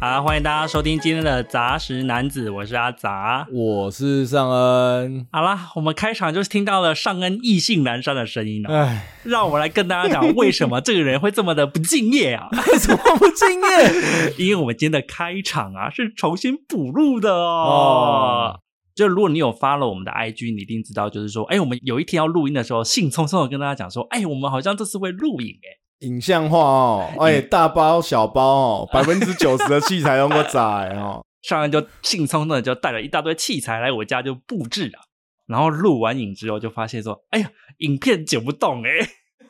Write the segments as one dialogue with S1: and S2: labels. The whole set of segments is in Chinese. S1: 好，欢迎大家收听今天的杂食男子，我是阿杂。
S2: 我是尚恩。
S1: 好啦，我们开场就是听到了尚恩意兴阑珊的声音了、
S2: 哎，
S1: 让我们来跟大家讲为什么这个人会这么的不敬业啊？
S2: 怎么不敬业？
S1: 因为我们今天的开场啊是重新补录的哦。
S2: 哦
S1: 就如果你有发了我们的 IG，你一定知道，就是说，哎，我们有一天要录音的时候，兴冲冲的跟大家讲说，哎，我们好像这次会录影，哎，
S2: 影像化哦，哎，大包小包 哦，百分之九十的器材用过窄哦。
S1: 上来就兴冲冲的就带了一大堆器材来我家就布置啊，然后录完影之后就发现说，哎呀，影片剪不动哎、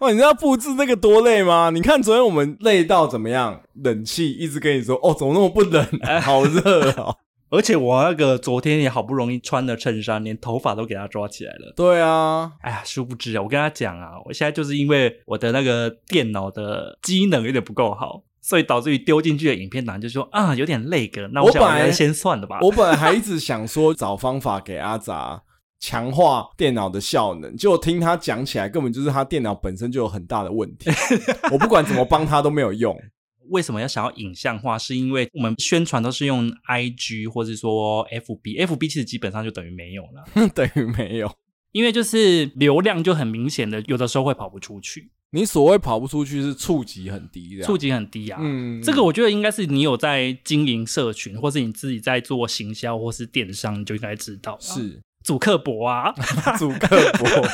S2: 哇，你知道布置那个多累吗？你看昨天我们累到怎么样？冷气一直跟你说，哦，怎么那么不冷、啊？好热哦。
S1: 而且我那个昨天也好不容易穿的衬衫，连头发都给它抓起来了。
S2: 对啊，
S1: 哎呀，殊不知啊，我跟他讲啊，我现在就是因为我的那个电脑的机能有点不够好，所以导致于丢进去的影片档就说啊有点累格，那我
S2: 我
S1: 想
S2: 本来
S1: 还是先算了吧。
S2: 我本来还一直想说找方法给阿杂强化电脑的效能，结果听他讲起来，根本就是他电脑本身就有很大的问 题。我不管怎么帮他都没有用。
S1: 为什么要想要影像化？是因为我们宣传都是用 IG 或是说 FB，FB 其实基本上就等于没有了。
S2: 等于没有。
S1: 因为就是流量就很明显的，有的时候会跑不出去，
S2: 你所谓跑不出去是触及很低的，
S1: 触及很低啊。
S2: 嗯，
S1: 这个我觉得应该是你有在经营社群，或是你自己在做行销或是电商，你就应该知道。
S2: 是
S1: 祖克伯啊，
S2: 主客博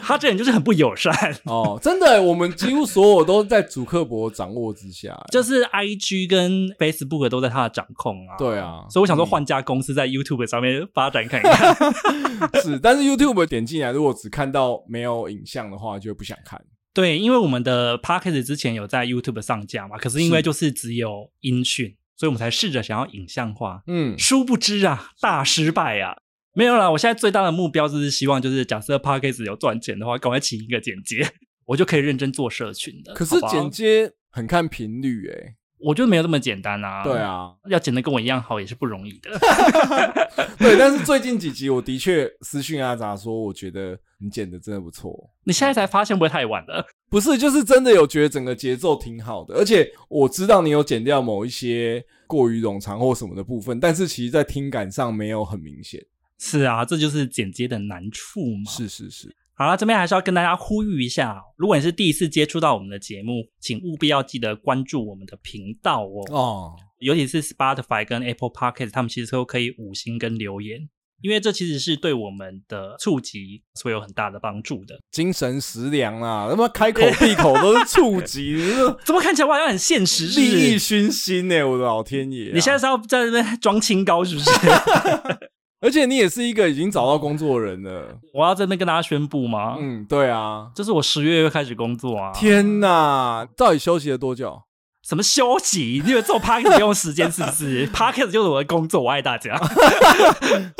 S1: 他这人就是很不友善，
S2: 哦，真的耶，我们几乎所有都在主客博掌握之下耶。
S1: 就是 I G 跟 Facebook 都在他的掌控啊。
S2: 对啊，
S1: 所以我想说，换家公司在 YouTube 上面发展看一 看。
S2: 嗯是，但是 YouTube 点进来，如果只看到没有影像的话，就会不想看。
S1: 对，因为我们的 Podcast 之前有在 YouTube 上架嘛，可是因为
S2: 是
S1: 就是只有音讯，所以我们才试着想要影像化。
S2: 嗯，
S1: 殊不知啊，大失败啊！没有啦，我现在最大的目标就是希望，就是假设 p a c k a g e 有赚钱的话，赶快请一个剪接，我就可以认真做社群的。
S2: 可是
S1: 好不好
S2: 剪接很看频率，哎，
S1: 我觉得没有这么简单啊。
S2: 对，啊，
S1: 要剪的跟我一样好也是不容易的。
S2: 对。但是最近几集，我的确私讯阿杂说，我觉得你剪的真的不错。
S1: 你现在才发现，不会太晚了。
S2: 不是，就是真的有觉得整个节奏挺好的，而且我知道你有剪掉某一些过于冗长或什么的部分，但是其实在听感上没有很明显。
S1: 是啊，这就是剪接的难处嘛。
S2: 是是是，
S1: 好啦，这边还是要跟大家呼吁一下，哦如果你是第一次接触到我们的节目，请务必要记得关注我们的频道哦。
S2: 哦，
S1: 尤其是 Spotify 跟 Apple Podcast，他们其实都可以五星跟留言，因为这其实是对我们的触及是会有很大的帮助的。
S2: 精神食粮啊，他妈开口闭口都 是触及，这
S1: 怎么看起来我好像很现实？是不是
S2: 利益熏心呢、我的老天爷啊、
S1: 你现在是要在那边装清高是不 是？
S2: 而且你也是一个已经找到工作的人了，
S1: 我要在那边跟大家宣布吗？
S2: 嗯，对啊，
S1: 就是我十月又开始工作啊！
S2: 天哪，到底休息了多久？
S1: 什么休息？你以为做 podcast 用时间是不 是？podcast 就是我的工作，我爱大家。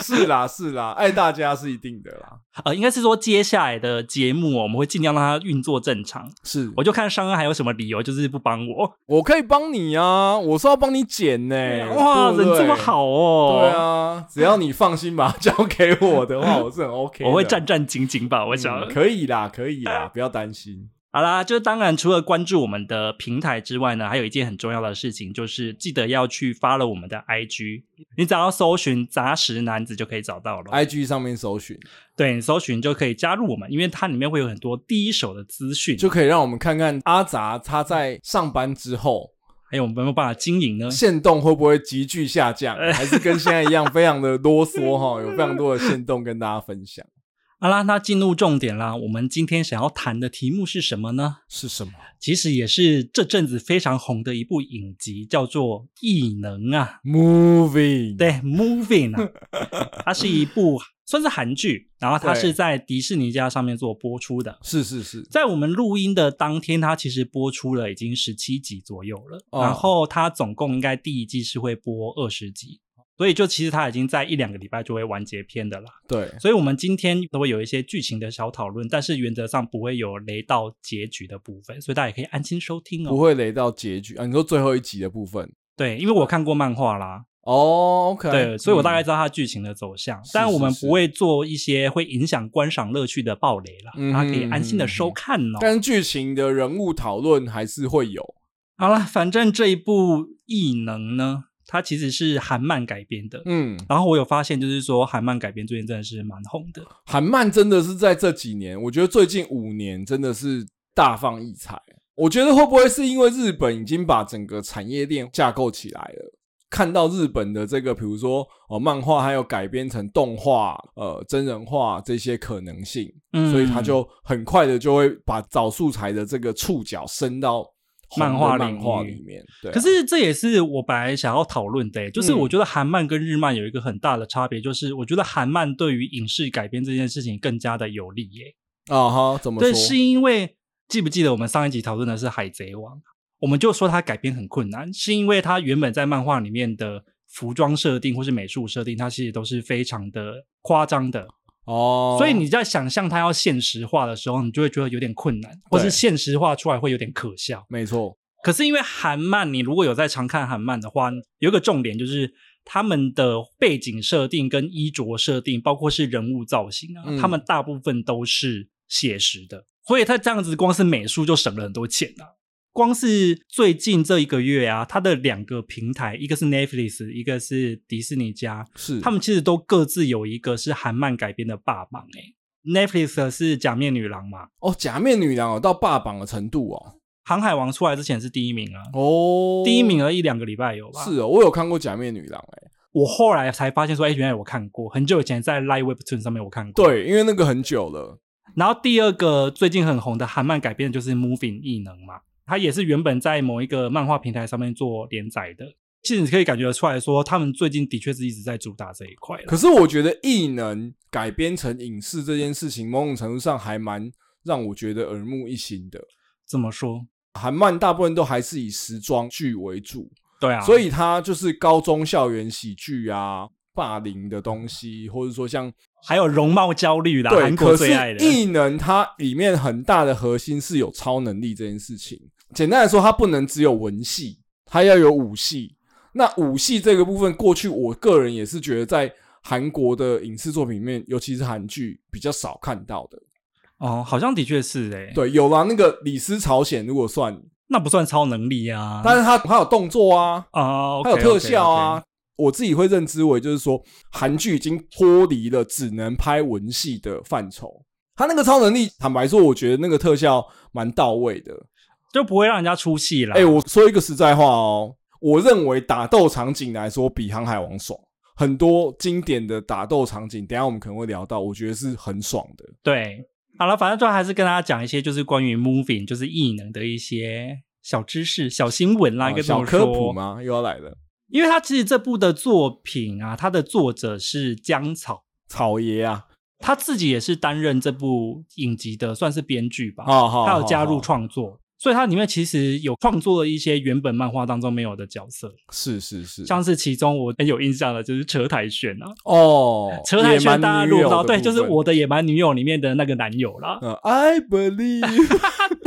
S2: 是啦是啦，爱大家是一定的啦，
S1: 呃，应该是说接下来的节目哦我们会尽量让它运作正常。
S2: 是
S1: 我就看商恩还有什么理由，就是不帮我。
S2: 我可以帮你啊，我说要帮你剪呢、
S1: 哇，
S2: 哎对不
S1: 人
S2: 对
S1: 这么、好哦！
S2: 对啊，只要你放心把它交给我的话，我是很 OK 的。
S1: 我会战战兢兢吧，我想。
S2: 嗯可以啦，可 以啦，不要担心。
S1: 好啦，就是当然除了关注我们的平台之外呢，还有一件很重要的事情，就是记得要去发了我们的 IG，你只要搜寻“杂食男子”就可以找到了。
S2: IG 上面搜寻
S1: 对，你搜寻就可以加入我们，因为它里面会有很多第一手的资讯，
S2: 就可以让我们看看阿杂他在上班之后，
S1: 还哎有我们有没有办法经营呢？
S2: 限动会不会急剧下 降，还是跟现在一样非常的啰嗦哈，有非常多的限动跟大家分享
S1: 好啦，那进入重点啦，我们今天想要谈的题目是什么呢？
S2: 是什么？
S1: 其实也是这阵子非常红的一部影集，叫做《异能》啊。
S2: Moving，
S1: 对，Moving 啊，它是一部算是韩剧，然后它
S2: 对
S1: 是在迪士尼家上面做播出的。
S2: 是是是，
S1: 在我们录音的当天，它其实播出了已经十七集左右了，
S2: 哦
S1: 然后它总共应该第一季是会播二十集，所以就其实它已经在一两个礼拜就会完结篇的啦。
S2: 对，
S1: 所以我们今天都会有一些剧情的小讨论，但是原则上不会有雷到结局的部分，所以大家也可以安心收听
S2: 不
S1: 哦。
S2: 会雷到结局啊。你说最后一集的部分
S1: 对，因为我看过漫画啦，
S2: 哦，OK，
S1: 对，所以我大概
S2: 嗯
S1: 知道它剧情的走向，
S2: 是
S1: 但我
S2: 是
S1: 们
S2: 是
S1: 不会做一些会影响观赏乐趣的暴雷啦，
S2: 嗯哼
S1: 大家可以安心的收看哦。
S2: 但是剧情的人物讨论还是会有。
S1: 好了，反正这一部异能呢，它其实是韩漫改编的。
S2: 嗯，
S1: 然后我有发现，就是说韩漫改编最近真的是蛮红的。
S2: 韩漫真的是在这几年，我觉得最近五年真的是大放异彩。我觉得会不会是因为日本已经把整个产业链架构起来了？看到日本的这个，比如说哦，漫画还有改编成动画、呃，真人化这些可能性，
S1: 嗯
S2: 所以他就很快的就会把找素材的这个触角伸到红的
S1: 漫画领
S2: 漫画
S1: 域
S2: 里面。对啊、
S1: 可是这也是我本来想要讨论的、欸就是
S2: 嗯
S1: 我觉得韩漫跟日漫有一个很大的差别，就是我觉得韩漫对于影视改编这件事情更加的有利耶、
S2: 啊哈，怎么说？
S1: 对，是因为记不记得我们上一集讨论的是《海贼王》，啊我们就说它改编很困难，是因为它原本在漫画里面的服装设定或是美术设定，它其实都是非常的夸张的，
S2: 哦，
S1: 所以你在想象它要现实化的时候，你就会觉得有点困难，或是
S2: 对
S1: 现实化出来会有点可笑。
S2: 没错，
S1: 可是因为韩漫，你如果有在常看韩漫的话，有一个重点就是他们的背景设定跟衣着设定，包括是人物造型啊，
S2: 嗯
S1: 他们大部分都是写实的，所以他这样子光是美术就省了很多钱啊。光是最近这一个月啊，它的两个平台，一个是 Netflix，一个是迪士尼家，
S2: 是
S1: 他们其实都各自有一个是韩漫改编的霸榜诶、Netflix 的是《假面女郎》嘛，《
S2: 哦，假面女郎有到霸榜的程度哦，
S1: 航海王》出来之前是第一名啊，
S2: 哦，
S1: 第一名而一两个礼拜有吧？
S2: 是哦，我有看过假面女郎、欸，哎，
S1: 我后来才发现说，哎、原来我看过，很久以前在 Live Webtoon 上面我看过。。
S2: 对，因为那个很久了，
S1: 然后第二个最近很红的韩漫改编的就是《Moving 异能》嘛，它也是原本在某一个漫画平台上面做连载的。其实你可以感觉得出来说，他们最近的确是一直在主打这一块了。
S2: 可是我觉得异能改编成影视这件事情，某种程度上还蛮让我觉得耳目一新的。
S1: 怎么说？
S2: 韩漫大部分都还是以时装剧为主，
S1: 对啊，
S2: 所以它就是高中校园喜剧啊、霸凌的东西，或者说像
S1: 还有容貌焦虑啦，
S2: 对，
S1: 韩国
S2: 可是
S1: 最爱的。
S2: 异能它里面很大的核心是有超能力这件事情。简单来说，它不能只有文戏，它要有武戏。那武戏这个部分，过去我个人也是觉得在韩国的影视作品里面，尤其是韩剧比较少看到的。
S1: 哦，好像的确是哎、，
S2: 对，有啦，那个李斯朝鲜如果算，
S1: 那不算超能力啊。
S2: 但是它它有动作啊，
S1: 啊，
S2: 它有特效啊。我自己会认知为，就是说，韩剧已经脱离了只能拍文戏的范畴。它那个超能力，坦白说，我觉得那个特效蛮到位的。
S1: 就不会让人家出戏啦。
S2: 哎、我说一个实在话哦，我认为打斗场景来说，比《航海王》爽。很多经典的打斗场景，等一下我们可能会聊到，我觉得是很爽的。
S1: 对，好了，反正最后还是跟大家讲一些就是关于 moving 就是异能的一些小知识、小新闻啦，
S2: 啊
S1: 应该这
S2: 小
S1: 么
S2: 科普
S1: 说。
S2: 吗？又要来了，
S1: 因为他其实这部的作品啊，它的作者是江草，
S2: 草爷啊，
S1: 他自己也是担任这部影集的算是编剧吧，
S2: 好好，
S1: 他有
S2: 好
S1: 加入
S2: 好
S1: 创作。所以它里面其实有创作了一些原本漫画当中没有的角色，
S2: 是是是，
S1: 像是其中我很有印象的就是车太炫啊，
S2: 哦，
S1: 车太
S2: 野蛮
S1: 炫大家
S2: 女
S1: 如果
S2: 友
S1: 知道，
S2: 的
S1: 对，
S2: 部
S1: 就是
S2: 分
S1: 我的野蛮女友里面的那个男友 啦，
S2: 呃，I believe。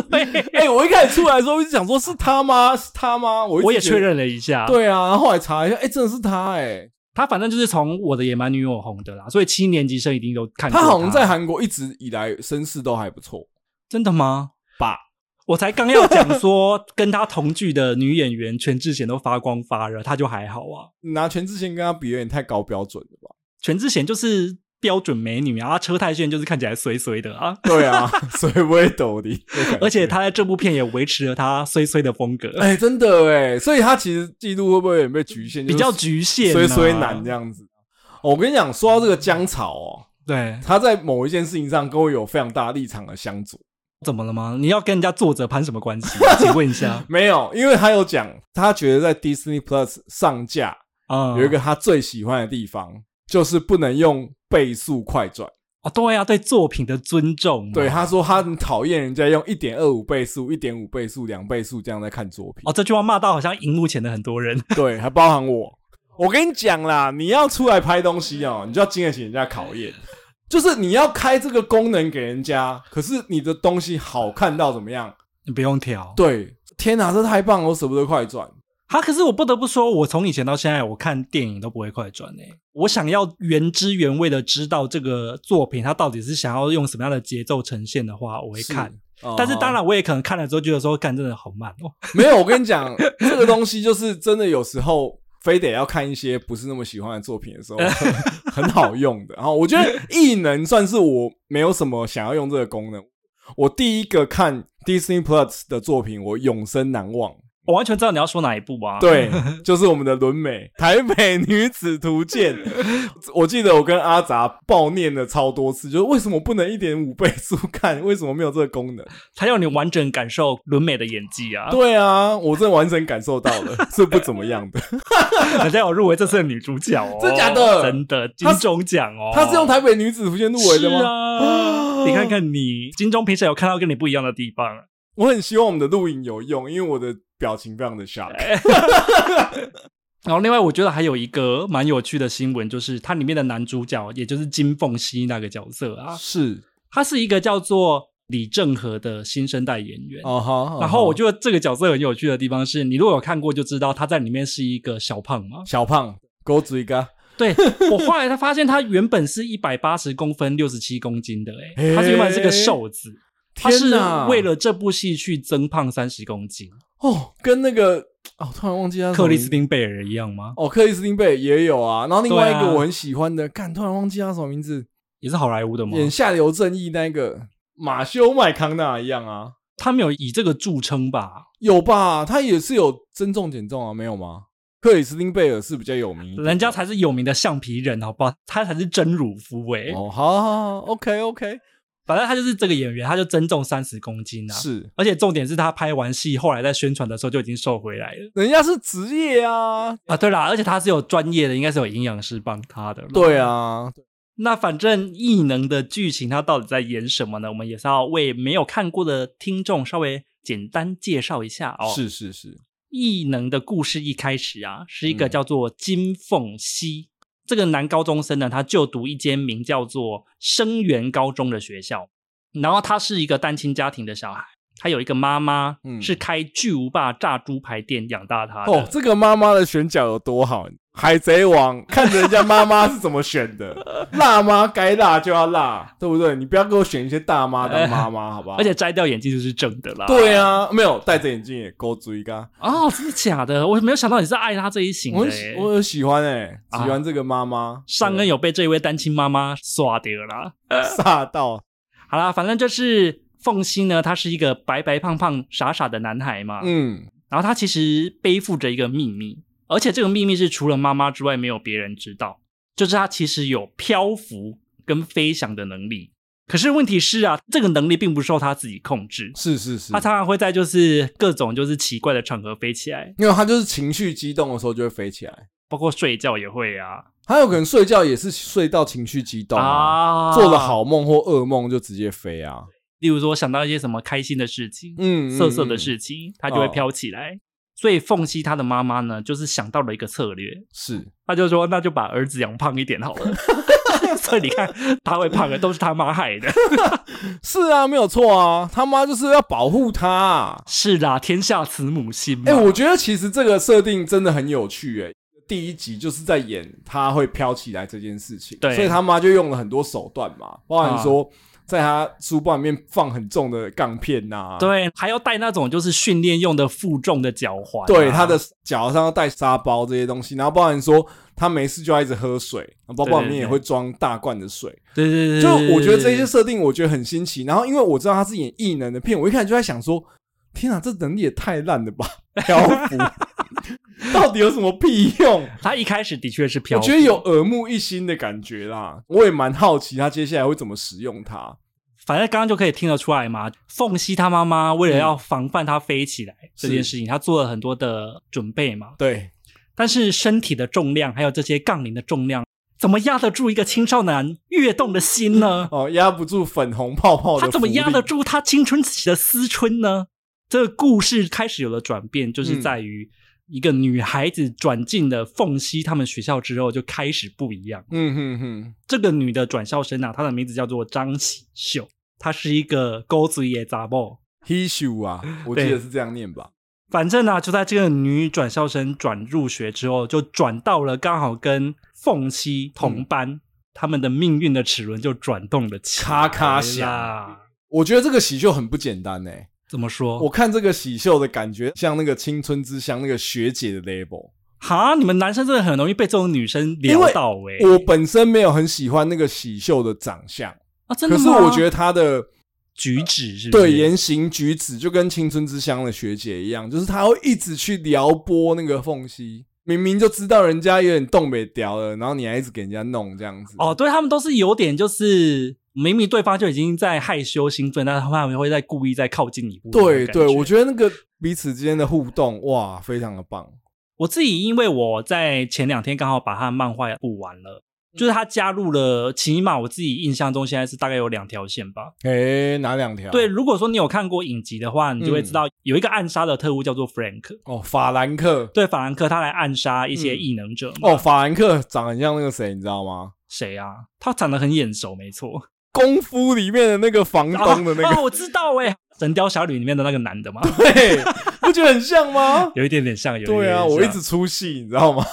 S1: 对，
S2: 哎、我一开始出来的时候，我一直想说是他吗？是他吗？我一直
S1: 我也
S2: 觉
S1: 确
S2: 得。
S1: 认了一下，
S2: 对啊，然后后来查一下，哎、真的是他哎、
S1: 他反正就是从《我的野蛮女友》红的啦，所以七年级生一定都看过
S2: 他
S1: 他
S2: 好像在韩国一直以来身世都还不错
S1: 真的吗？
S2: 吧？
S1: 我才刚要讲说跟他同剧的女演员全智贤都发光发热，他就还好啊。
S2: 拿全智贤跟他比，有点太高标准了吧？
S1: 全智贤就是标准美女啊，她车太炫就是看起来衰衰的啊，
S2: 对啊， 所以不会抖的。
S1: 而且他在这部片也维持了他衰衰的风格，
S2: 哎、真的哎、所以他其实记录会不会有点被局限？
S1: 比较局限、
S2: 所
S1: 啊，
S2: 以所以难这。样子。哦我跟你讲，说到这个姜草哦，
S1: 对，
S2: 他在某一件事情上跟我有非常大立场的相左。
S1: 怎么了吗？你要跟人家作者攀什么关 系？请问一下
S2: 没有，因为他有讲，他觉得在 Disney Plus 上架
S1: 啊，
S2: 有一个他最喜欢的地方，就是不能用倍速快转。
S1: 哦，对啊，对作品的尊重嘛，
S2: 对，他说他很讨厌人家用一点二五倍速、一点五倍速、两倍速这样在看作品。
S1: 哦，这句话骂到好像荧幕前的很多人。
S2: 对，还包含我。我跟你讲啦，你要出来拍东西哦、你就要经得起人家考验。就是你要开这个功能给人家，可是你的东西好看到怎么样？
S1: 你不用调。
S2: 对，天哪，这太棒了，我舍不得快转。
S1: 哈，可是我不得不说，我从以前到现在，我看电影都不会快转诶、我想要原汁原味的知道这个作品它到底是想要用什么样的节奏呈现的话，我会看。
S2: 是，哦
S1: 但是当然，我也可能 看了之后觉得说，干真的好慢哦。
S2: 没有，我跟你讲，这个东西就是真的有时候非得要看一些不是那么喜欢的作品的时候，很好用的。然后我觉得异能算是我没有什么想要用这个功能。我第一个看 Disney Plus 的作品，我永生难忘。
S1: 我完全知道你要说哪一部啊？，
S2: 对，就是我们的伦美《台北女子图鉴》。我记得我跟阿杂暴念了超多次，就是为什么不能一点五倍速看？为什么没有这个功能？
S1: 才让你完整感受伦美的演技啊！
S2: 对啊，我真的完整感受到了，是不怎么样的。
S1: 人家有入围这次的女主角哦，
S2: 真假的
S1: 真的金
S2: 她是
S1: 钟奖哦，
S2: 他是用《台北女子图鉴》入围
S1: 是
S2: 的吗？
S1: 啊，你看看你金钟评审有看到跟你不一样的地方，啊
S2: 我很希望我们的录影有用，因为我的表情非常的 shock。
S1: 哎然后，另外我觉得还有一个蛮有趣的新闻，就是它里面的男主角，也就是金凤熙那个角色啊，
S2: 是，
S1: 他是一个叫做李正和的新生代演员。
S2: 啊哈。
S1: 然后我觉得这个角色很有趣的地方是，你如果有看过就知道，他在里面是一个小胖 嘛。
S2: 小胖狗嘴个，
S1: 对我后来才发现，他原本是一百八十公分、六十七公斤的、欸，
S2: 诶
S1: 他原本是个瘦子，哎他
S2: 天
S1: 是
S2: 哪！
S1: 为了这部戏去增胖三十公斤，
S2: 哦，跟那个哦，突然忘记他
S1: 克里斯
S2: 汀
S1: 汀贝尔一样吗？
S2: 哦，克里斯汀贝也有啊。然后另外
S1: 对
S2: 一
S1: 啊
S2: 个我很喜欢的，干、突然忘记他什么名字，
S1: 也是好莱坞的吗？
S2: 演《下流正义》那个马修麦康纳一样啊，
S1: 他没有以这个著称吧？
S2: 有吧？他也是有增重减重啊，没有吗？克里斯汀贝尔是比较有名一点，
S1: 人家才是有名的橡皮人，好不好？他才是真乳夫哎、
S2: 哦，好好好，OK OK，
S1: 反正他就是这个演员，他就增重三十公斤啊。
S2: 是
S1: 而且重点是他拍完戏，后来在宣传的时候就已经瘦回来 了
S2: 人家是职业啊，
S1: 啊！对啦，而且他是有专业的，应该是有营养师帮他的。
S2: 对，啊，
S1: 那反正异能的剧情它到底在演什么呢？我们也是要为没有看过的听众稍微简单介绍一下哦。
S2: 是是是，
S1: 异能的故事一开始啊，是一个
S2: 嗯
S1: 叫做金凤熙、这个男高中生呢，他就读一间名叫做生源高中的学校，然后他是一个单亲家庭的小孩，他有一个妈妈、
S2: 嗯
S1: 是开巨无霸炸猪排店养大他的。
S2: 哦，这个妈妈的选角有多好？海贼王 看着人家妈妈是怎么 选的，辣妈该辣就要辣，对不对？你不要给我选一些大妈当妈妈，好不好？
S1: 而且摘掉眼镜就是正的啦。
S2: 对啊，没有戴着眼镜也勾住一个，
S1: 哦，真的假的？我没有想到你是爱他这一型
S2: 我
S1: 的
S2: 很
S1: 欸、
S2: 喜我很喜欢哎、
S1: 啊
S2: 喜欢这个妈妈，
S1: 上恩有被这一位单亲妈妈刷掉啦。
S2: 煞到，
S1: 好啦，反正就是凤熙呢，他是一个白白胖胖、傻傻的男孩嘛。
S2: 嗯，
S1: 然后他其实背负着一个秘密，而且这个秘密是除了妈妈之外没有别人知道，就是他其实有漂浮跟飞翔的能力。可是问题是啊，这个能力并不受他自己控制，
S2: 是是是
S1: 他，常常会在就是各种就是奇怪的场合飞起来，
S2: 因为她就是情绪激动的时候就会飞起来，
S1: 包括睡觉也会啊
S2: 她有可能睡觉也是睡到情绪激动啊，
S1: 啊，
S2: 做了，好梦或噩梦就直接飞啊，
S1: 例如说想到一些什么开心的事情，
S2: 嗯，
S1: 色色
S2: 嗯
S1: 的
S2: 嗯
S1: 事情，它就会
S2: 哦
S1: 飘起来。所以凤熙她的妈妈呢，就是想到了一个策略，
S2: 嗯是。
S1: 她就说那就把儿子养胖一点好 了。所以你看，他会胖的都是他妈害的。
S2: 是啊，没有错啊，他妈就是要保护他、啊。
S1: 是啦，天下慈母心嘛。
S2: 哎、我觉得其实这个设定真的很有趣、哎，第一集就是在演他会飘起来这件事情，
S1: 对啊
S2: 所以他妈就用了很多手段嘛，包含说在他书包里面放很重的杠片啊呐、
S1: 对，还要带那种就是训练用的负重的脚环啊、
S2: 对，他的脚上要带沙包这些东西，然后包含说他没事就要一直喝水，包包里面也会装大罐的水。
S1: 对，对对对，
S2: 就我觉得
S1: 对
S2: 这些，设定，我觉得很新奇。然后因为我知道他是演异能的片，我一开始就在想说，天啊，这能力也太烂了吧！ 漂浮到底有什么屁 用？
S1: 他一开始的确是
S2: 我
S1: 飘忽，
S2: 觉得有耳目一新的感觉啦。我也蛮好奇他接下来会怎么使用它。
S1: 反正刚刚就可以听得出来嘛，凤熙她妈妈为了要防范她飞起来这件
S2: 是
S1: 事情，她做了很多的准备嘛。
S2: 对，
S1: 但是身体的重量还有这些杠铃的重量，怎么压得住一个青少年跃动的心呢？
S2: 哦，压不住粉红泡泡的，
S1: 他怎么压得？住他青春期的思春呢？这个故事开始有了转变，
S2: 嗯
S1: 就是在于一个女孩子转进了凤溪他们学校之后，就开始不一样。
S2: 嗯哼哼，
S1: 这个女的转校生啊，她的名字叫做张喜秀，她是一个勾嘴野杂包。
S2: h 咻啊，我记
S1: 对
S2: 得是这样念吧。
S1: 反正啊呢、就在这个女转校生转入学之后，就转到了刚好跟凤栖
S2: 嗯
S1: 同班，他们的命运的齿轮就转动了起来啦
S2: 咔咔响。我觉得这个喜秀很不简单呢、欸
S1: 怎么说？
S2: 我看这个喜秀的感觉，像那个《青春之乡》那个学姐的 label。
S1: 哈，你们男生真的很容易被这种女生撩到哎、
S2: 我本身没有很喜欢那个喜秀的长相，
S1: 啊，真的
S2: 可
S1: 吗？
S2: 是我觉得她的
S1: 举止是不是
S2: 对言行举止就跟《青春之乡》的学姐一样，就是她会一直去撩拨那个缝隙，明明就知道人家有点东北屌了，然后你还一直给人家弄这样子。
S1: 哦，，对他们都是有点就是明明对方就已经在害羞兴奋，但是他们会在故意再靠近你一步的那种
S2: 对
S1: 感觉。
S2: 对，我觉得那个彼此之间的互动，哇，非常的棒。
S1: 我自己因为我在前两天刚好把他的漫画补完了，
S2: 嗯
S1: 就是他加入了，起码我自己印象中现在是大概有两条线吧。
S2: 诶，哪两条？
S1: 对，，如果说你有看过影集的话，你就会
S2: 嗯
S1: 知道有一个暗杀的特务叫做 Frank，
S2: 哦，法兰克，
S1: 对法兰克他来暗杀一些
S2: 嗯
S1: 异能者嘛。
S2: 哦，法兰克长得很像那个谁，你知道吗？
S1: 谁啊？他长得很眼熟，没错。
S2: 功夫里面的那个房东的那
S1: 啊啊
S2: 个，
S1: 我知道哎、神雕侠侣》里面的那个男 的嘛，
S2: 对，不觉得很像吗？
S1: 有一点点像。有点
S2: 对啊，
S1: 点
S2: 我一
S1: 像
S2: 直出戏，你知道吗？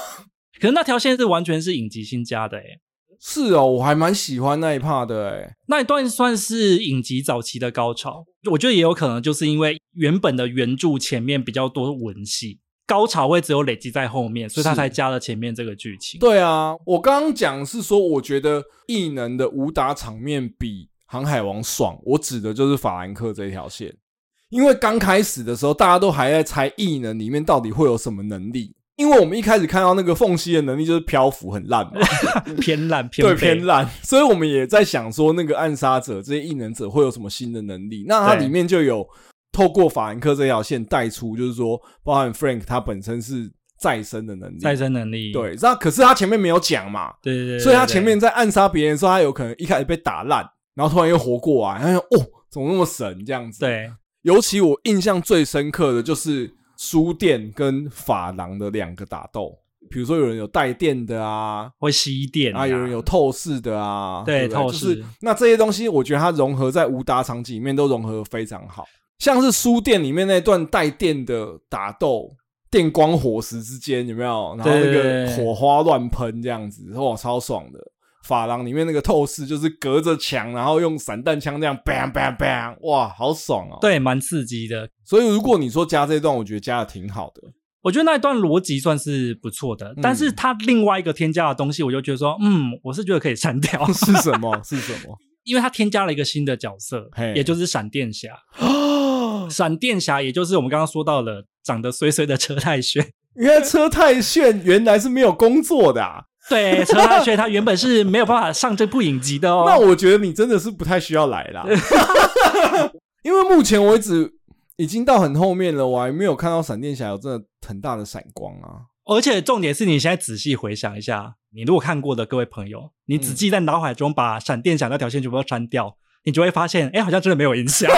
S1: 可是那条线是完全是影集新加的哎、
S2: 是哦，我还蛮喜欢那一 part 的、欸，
S1: 那一段算是影集早期的高潮，我觉得也有可能就是因为原本的原著前面比较多文戏，高潮会只有累积在后面，所以他
S2: 是
S1: 才加了前面这个剧情。
S2: 对啊，我刚刚讲是说，我觉得异能的武打场面比航海王爽，我指的就是法兰克这一条线。因为刚开始的时候，大家都还在猜异能里面到底会有什么能力，因为我们一开始看到那个缝隙的能力就是漂浮很烂嘛，
S1: 偏烂偏
S2: 对
S1: 废
S2: 偏烂， 所以我们也在想说，那个暗杀者这些异能者会有什么新的能力？那它
S1: 对
S2: 里面就有透过法兰克这条线带出，就是说，包含 Frank 他本身是再生的能力，
S1: 再生能力。
S2: 对，那可是他前面没有讲嘛，
S1: 对对对，
S2: 所以他
S1: 对
S2: 前面在暗杀别人的时候，他有可能一开始被打烂，然后突然又活过来，他就哦，怎么那么神这样子？，
S1: 对
S2: 尤其我印象最深刻的就是书店跟法郎的两个打斗。比如说有人有带电的啊，
S1: 会吸电
S2: 啊，有人有透视的啊，
S1: 对
S2: 不
S1: 透
S2: 就
S1: 视
S2: 是那这些东西，我觉得它融合在武打场景里面都融合得非常好，像是书店里面那段带电的打斗，电光火石之间有没有？然后那
S1: 对对
S2: 个
S1: 对
S2: 火花乱喷这样子，哇，超爽的！法郎里面那个透视就是隔着墙，然后用散弹枪这样 bang bang bang，哇，好爽哦！，
S1: 对蛮刺激的。
S2: 所以如果你说加这一段，我觉得加的挺好的。
S1: 我觉得那一段逻辑算是不错的，但
S2: 嗯
S1: 是他另外一个添加的东西，我就觉得说，嗯，我是觉得可以删 掉，
S2: 是什么？是什么？
S1: 因为他添加了一个新的角色
S2: 嘿，
S1: 也就是闪电 侠。
S2: 啊！
S1: 闪电侠，也就是我们刚刚说到了长得衰衰的车太炫。
S2: 原来车太炫原来是没有工作的、啊。
S1: 对，车太炫他原本是没有办法上这部影集的哦。
S2: 那我觉得你真的是不太需要来 啦，因为目前为止已经到很后面了，我还没有看到闪电侠有真的很大的闪光啊。
S1: 而且重点是你现在仔细回想一下，你如果看过的各位朋友，你
S2: 嗯
S1: 仔细在脑海中把闪电侠那条线全部都删掉，你就会发现，哎，好像真的没有影响，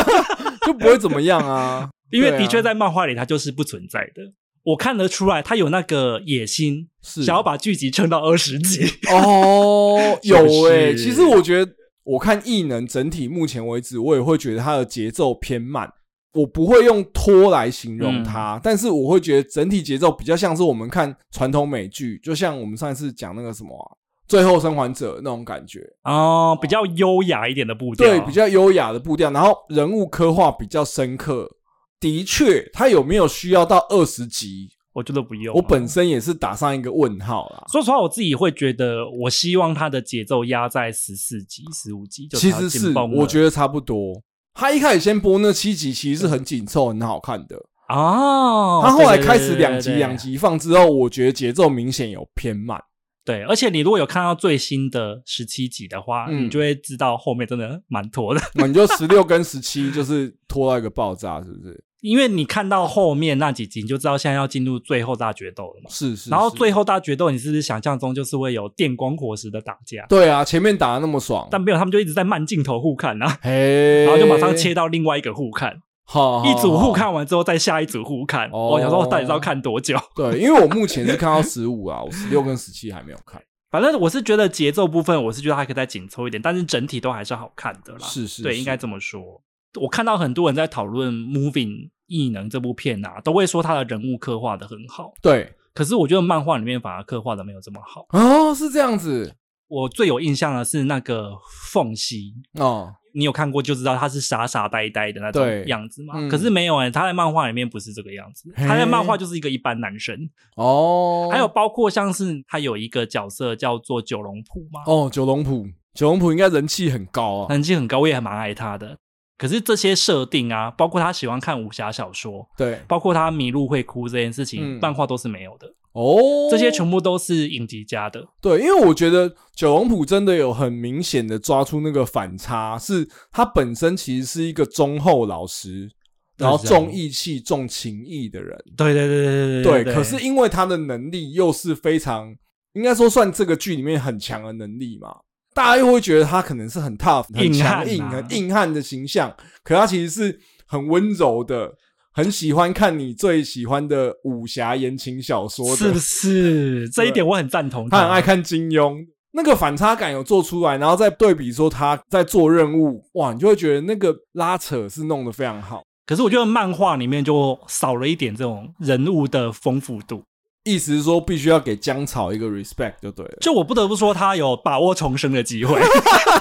S2: 就不会怎么样 啊。
S1: 因为
S2: 对啊
S1: 的确在漫画里它就是不存在的。我看得出来，他有那个野心，
S2: 是
S1: 想要把剧集撑到二十集。
S2: 哦，有诶、
S1: 是
S2: 其实我觉得我看异能整体目前为止，我也会觉得它的节奏偏慢。我不会用拖来形容
S1: 嗯
S2: 它，但是我会觉得整体节奏比较像是我们看传统美剧，就像我们上一次讲那个什么啊、最后生还者》那种感觉。
S1: 哦，比较优雅一点的步调，
S2: 对，比较优雅的步调，然后人物刻画比较深刻。的确，他有没有需要到二十集？
S1: 我觉得不用啊。
S2: 我本身也是打上一个问号啦。
S1: 说实话，我自己会觉得，我希望它的节奏压在十四集、十五集，就
S2: 其实是我
S1: 得
S2: 觉得差不多。他一开始先播那七集，其实是很紧凑、很好看的。
S1: 哦，
S2: 他后来
S1: 对
S2: 开始两集
S1: 对对对对
S2: 两集放之后，我觉得节奏明显有偏慢。
S1: 对，而且你如果有看到最新的十七集的话，
S2: 嗯
S1: 你就会知道后面真的蛮拖的，
S2: 那你就十六 跟十七就是拖到一个爆炸，是不是？
S1: 因为你看到后面那几集，你就知道现在要进入最后大决斗了嘛。
S2: 是是。
S1: 然后
S2: 是
S1: 最后大决斗，你是不是想象中就是会有电光火石的打架？
S2: 对啊，前面打的那么爽，
S1: 但没有，他们就一直在慢镜头互看啊，
S2: 嘿，
S1: 然后就马上切到另外一个互看，
S2: 好，好
S1: 一组
S2: 好
S1: 互看完之后，再下一组互看。
S2: 哦
S1: 我想说，到底是要看多久？
S2: 对，因为我目前是看到十五啊，我十六跟十七还没有看。
S1: 反正我是觉得节奏部分，我是觉得还可以再紧凑一点，但是整体都还是好看的啦。
S2: 是是
S1: 对，
S2: 是
S1: 应该这么说。我看到很多人在讨论《Moving 异能》这部片啊，都会说他的人物刻画的很好，
S2: 对
S1: 可是我觉得漫画里面反而刻画的没有这么好。
S2: 哦，是这样子
S1: 我最有印象的是那个缝隙，
S2: 哦，
S1: 你有看过就知道他是傻傻呆呆的那种
S2: 对
S1: 样子嘛。
S2: 嗯
S1: 可是没有哎、他在漫画里面不是这个样子，
S2: 嘿
S1: 他在漫画就是一个一般男生。
S2: 哦，
S1: 还有包括像是他有一个角色叫做九龙铺嘛，
S2: 哦，九龙埔，九龙埔应该人气很高啊。
S1: 人气很高，我也蛮爱他的。可是这些设定啊，包括他喜欢看武侠小说，
S2: 对，
S1: 包括他迷路会哭这件事情，
S2: 嗯
S1: 漫画都是没有的，
S2: 哦，
S1: 这些全部都是影集加的。
S2: 对，因为我觉得九龙埔真的有很明显的抓出那个反差，是他本身其实是一个忠厚老实，然后
S1: 但是啊
S2: 重义气、重情义的人。
S1: 对对对对
S2: 对，可是因为他的能力又是非常，应该说算这个剧里面很强的能力嘛，大家又会觉得他可能是很 tough、很
S1: 硬
S2: 强
S1: 汉
S2: 硬、
S1: 啊
S2: 很硬汉的形象，可他其实是很温柔的，很喜欢看你最喜欢的武侠言情小说的，
S1: 是不 是这一点我很赞同？
S2: 他很爱，看金庸。那个反差感有做出来，然后再对比说他在做任务，哇，你就会觉得那个拉扯是弄得非常好。
S1: 可是我觉得漫画里面就少了一点这种人物的丰富度。
S2: 意思是说，必须要给江草一个 respect 就对了。
S1: 就我不得不说，他有把握重生的机会，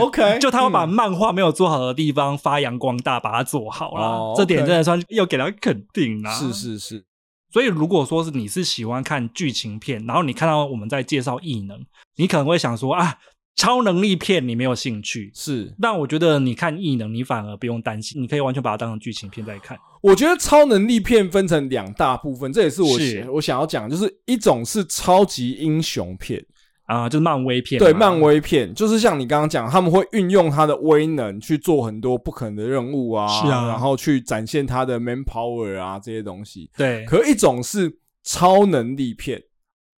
S2: OK，
S1: 就他要把
S2: 嗯
S1: 漫画没有做好的地方发扬光大，把它做好啦。
S2: 哦
S1: 这点
S2: OK
S1: 真的算要给他肯定啦。
S2: 是是是，
S1: 所以，如果说是你是喜欢看剧情片，然后你看到我们在介绍异能，你可能会想说啊，超能力片你没有兴趣。
S2: 是，
S1: 但我觉得你看异能，你反而不用担心，你可以完全把它当成剧情片在看。
S2: 我觉得超能力片分成两大部分，这也是我
S1: 是
S2: 想我想要讲的，就是一种是超级英雄片，
S1: 啊、就是漫威片嘛，
S2: 对，漫威片，就是像你刚刚讲，他们会运用他的威能去做很多不可能的任务啊，
S1: 是啊
S2: 然后去展现他的 man power 啊这些东西。
S1: 对，
S2: 可一种是超能力片，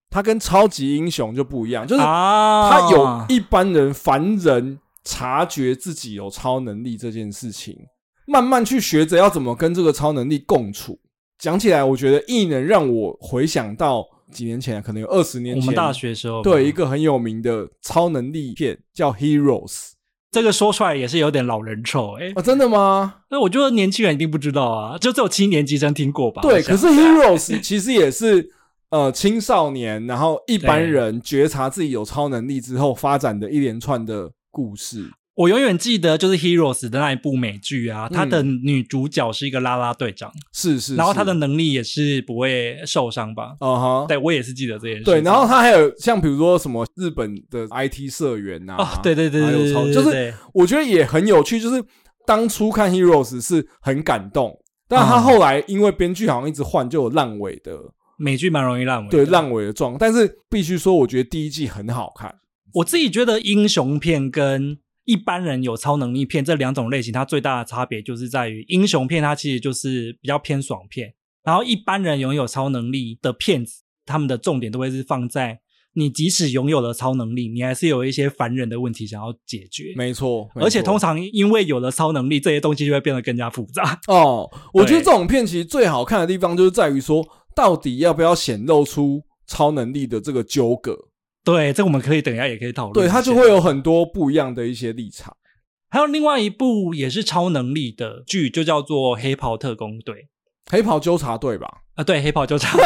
S2: 它跟超级英雄就不一样，就是
S1: 啊，
S2: 他有一般人凡人察觉自己有超能力这件事情，慢慢去学着要怎么跟这个超能力共处。讲起来，我觉得异能让我回想到几年前，可能有二十年
S1: 我
S2: 前，
S1: 们大学时候
S2: 对一
S1: 个
S2: 个很有名的超能力片叫《Heroes
S1: 这个说出来也是有点老人臭哎、》
S2: 啊，真的吗？
S1: 那我觉得年轻人一定不知道啊，就只有七年级生听过吧？
S2: 对，
S1: 我想
S2: 可是 Heroes 其实也是呃青少年，然后一般
S1: 对
S2: 人觉察自己有超能力之后发展的一连串的故事。
S1: 我永远记得就是《Heroes》的那一部美剧啊，她的女主角是一个啦啦队长，
S2: 是嗯是，
S1: 然后
S2: 是
S1: 她的能力也是不会受伤吧？
S2: 啊哈，
S1: 对，我也是记得这件事情。
S2: 对，然后他还有像比如说什么日本的 IT 社员呐、
S1: 啊，对对对
S2: 还
S1: 对
S2: 有
S1: 对
S2: 哎超，
S1: 对，
S2: 就是
S1: 对
S2: 我觉得也很有趣，就是当初看 Heroes 是很感动，但他
S1: 嗯
S2: 后来因为编剧好像一直换，就有烂尾的，
S1: 美剧蛮容易烂尾。
S2: 对，烂尾的状况。但是必须说，我觉得第一季很好看，
S1: 我自己觉得英雄片跟一般人有超能力片这两种类型，它最大的差别就是在于英雄片它其实就是比较偏爽片，然后一般人拥有超能力的片子，他们的重点都会是放在你即使拥有了超能力，你还是有一些烦人的问题想要解决。
S2: 没错。没
S1: 而且
S2: 错
S1: 通常因为有了超能力，这些东西就会变得更加复杂。
S2: 哦，我觉得
S1: 对
S2: 这种片其实最好看的地方就是在于说，到底要不要显露出超能力的这个纠葛，
S1: 对，这个我们可以等一下也可以讨论一下。
S2: 对它就会有很多不一样的一些立场。
S1: 还有另外一部也是超能力的剧，就叫做《黑袍特工队》
S2: 黑袍纠察队吧，
S1: 啊，对，黑袍纠察队。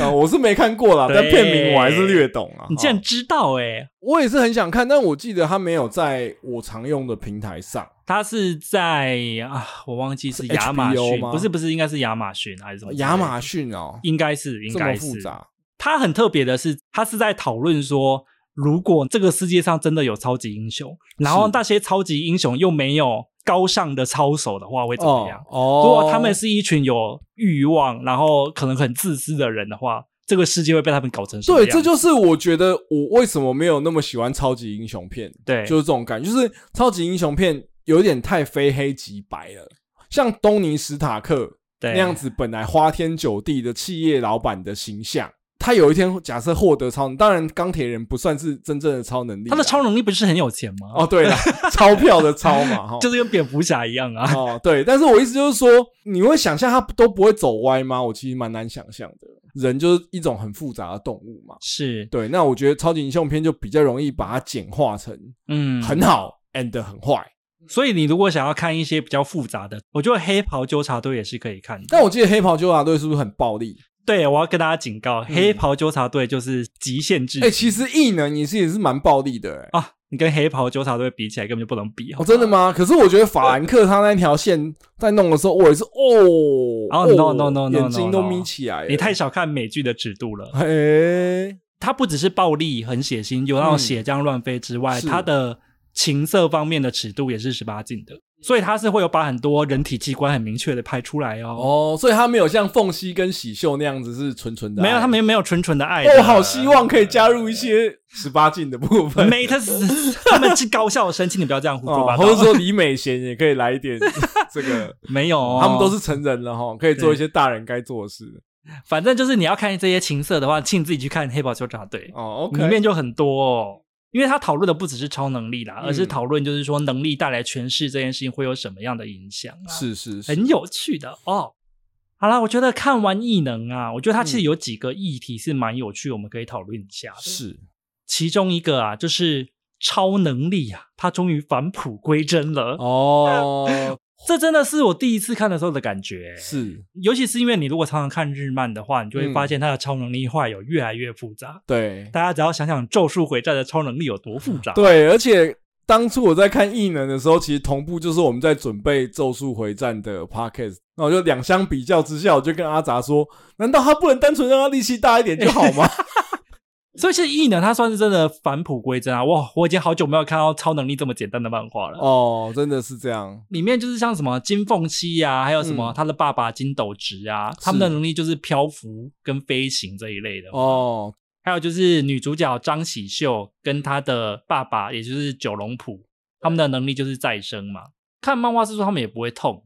S2: 啊，我是没看过啦，
S1: 对
S2: 但片名我还是略懂啊。
S1: 你竟然
S2: 哈
S1: 知道哎、
S2: 我也是很想看，但我记得它没有在我常用的平台上。
S1: 他是在啊，我忘记是
S2: 是
S1: 亚马
S2: HBO
S1: 逊，
S2: 吗
S1: 不是不是，应该是亚马逊还是什么之类的？
S2: 亚马逊哦，
S1: 应该是应
S2: 这么
S1: 该
S2: 复
S1: 是。
S2: 杂
S1: 他很特别的是，他是在讨论说，如果这个世界上真的有超级英雄，然后
S2: 是
S1: 那些超级英雄又没有高尚的操守的话，会怎么
S2: 哦
S1: 样？
S2: 哦。
S1: 如果他们是一群有欲望，然后可能很自私的人的话，这个世界会被他们搞成什么
S2: 对，
S1: 样？
S2: 这就是我觉得我为什么没有那么喜欢超级英雄片，
S1: 对，
S2: 就是这种感觉，就是超级英雄片有点太非黑即白了。像东尼史塔克
S1: 对
S2: 那样子，本来花天酒地的企业老板的形象，他有一天假设获得超能，当然钢铁人不算是真正的超能力啦，
S1: 他的超能力不是很有钱吗？
S2: 啊哦，对了，钞票的钞嘛，哈，
S1: 就是跟蝙蝠侠一样啊。
S2: 哦，对。但是我意思就是说，你会想象他都不会走歪吗？我其实蛮难想象的。人就是一种很复杂的动物嘛。
S1: 是，
S2: 对，那我觉得超级英雄片就比较容易把它简化成
S1: 嗯，
S2: 很好、and 很坏。
S1: 所以你如果想要看一些比较复杂的，我觉得《黑袍纠察队》也是可以看的。
S2: 但我记得黑袍纠察队是不是很暴力？
S1: 对，我要跟大家警告，
S2: 嗯
S1: 黑袍纠察队就是极限制
S2: 哎、其实异能也是也是蛮暴力的、哎、
S1: 啊！你跟黑袍纠察队比起来，根本就不能比。好
S2: 哦，
S1: 吗
S2: 真的？吗？可是我觉得法兰克他那条线在弄的时候，我也是哦，
S1: 哦
S2: 哦
S1: no, no, no, no,
S2: 眼睛都
S1: no, no
S2: 眯起来了，欸
S1: 你太小看美剧的尺度了。
S2: 哎、
S1: 它不只是暴力、很血腥，有那种
S2: 嗯
S1: 血浆乱飞之外，
S2: 是
S1: 它的情色方面的尺度也是十八禁的，所以它是会有把很多人体器官很明确的拍出来哦。
S2: 哦，所以他没有像凤西跟喜秀那样子是纯纯的爱，
S1: 没有，他们没有纯纯的爱的。
S2: 哦，我好希望可以加入 一些十八禁的部分，
S1: 没，他是他们是高校生，请你不要这样胡说
S2: 哦
S1: 八，道
S2: 或。者说李美贤也可以来一点这个，
S1: 没有 哦，
S2: 他们都是成人了哈，可以做一些大人该做的事。
S1: 反正就是你要看这些情色的话，请你自己去看《黑袍纠察队》
S2: 哦
S1: 里
S2: ，OK，
S1: 面就很多、哦。因为他讨论的不只是超能力啦，
S2: 嗯
S1: 而是讨论就是说能力带来诠释这件事情会有什么样的影响、啊，
S2: 是是是，
S1: 很有趣的哦。好啦，我觉得看完异能啊，我觉得它其实有几个议题是蛮有趣，我们可以讨论一下的。
S2: 嗯是
S1: 其中一个啊，就是超能力啊，它终于返璞归真了。
S2: 哦，
S1: 这真的是我第一次看的时候的感觉、
S2: 是
S1: 尤其是因为你如果常常看日漫的话，你就会
S2: 嗯
S1: 发现它的超能力化有越来越复杂。
S2: 对
S1: 大家只要想想《咒术回战》的超能力有多复杂，
S2: 对，而且。当初我在看异能的时候，其实同步就是我们在准备《咒术回战》的 podcast，那我就两相比较之下，我就跟阿杂说：“难道他不能单纯让他力气大一点就好吗？”
S1: 所以其实异能它算是真的返璞归真啊！哇，我已经好久没有看到超能力这么简单的漫画了。
S2: 哦，真的是这样。
S1: 里面就是像什么金凤七呀、还有什么
S2: 嗯
S1: 他的爸爸金斗直啊，他们的能力就是漂浮跟飞行这一类的。
S2: 哦，
S1: 还有就是女主角张喜秀跟她的爸爸，也就是九龙浦，他们的能力就是再生嘛。看漫画是说他们也不会痛，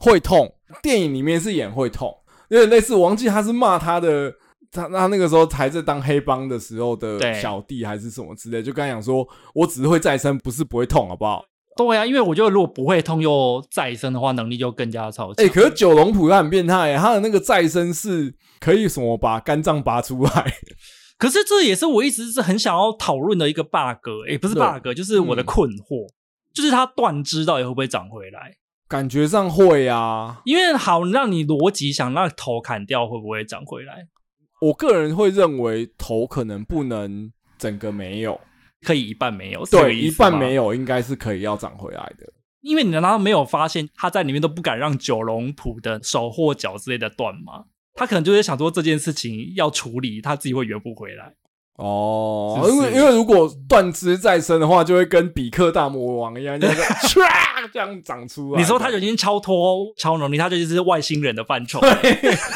S2: 会痛。电影里面是演会痛，有点类似，我忘记他是骂他的，他他那个时候还在当黑帮的时候的
S1: 对
S2: 小弟还是什么之类，就刚讲说，我只是会再生，不是不会痛，好不好？
S1: 对啊呀、因为我觉得如果不会痛又再生的话，能力就更加超强。
S2: 哎、可是九龙浦他很变态、欸，他的那个再生是可以什么把肝脏拔出来，
S1: 可是这也是我一直是很想要讨论的一个 bug，也、不欸是
S2: 对
S1: bug，就是我的
S2: 嗯
S1: 困惑，就是它断肢到底会不会长回来？
S2: 感觉上会啊。
S1: 因为好让你逻辑想，那头砍掉会不会长回来？
S2: 我个人会认为头可能不能整个没有，
S1: 可以一半没有，
S2: 对，一半没
S1: 有，
S2: 有应该是可以要长回来的。
S1: 因为你难道没有发现他在里面都不敢让九龙浦的手或脚之类的断吗？他可能就是想说这件事情要处理，他自己会圆不回来。
S2: 哦，
S1: 是不
S2: 因
S1: 是
S2: 为因为如果断肢再生的话，就会跟比克大魔王一样，就是 唰这样长出来。
S1: 你说他已经超脱超能力，他就是外星人的范畴。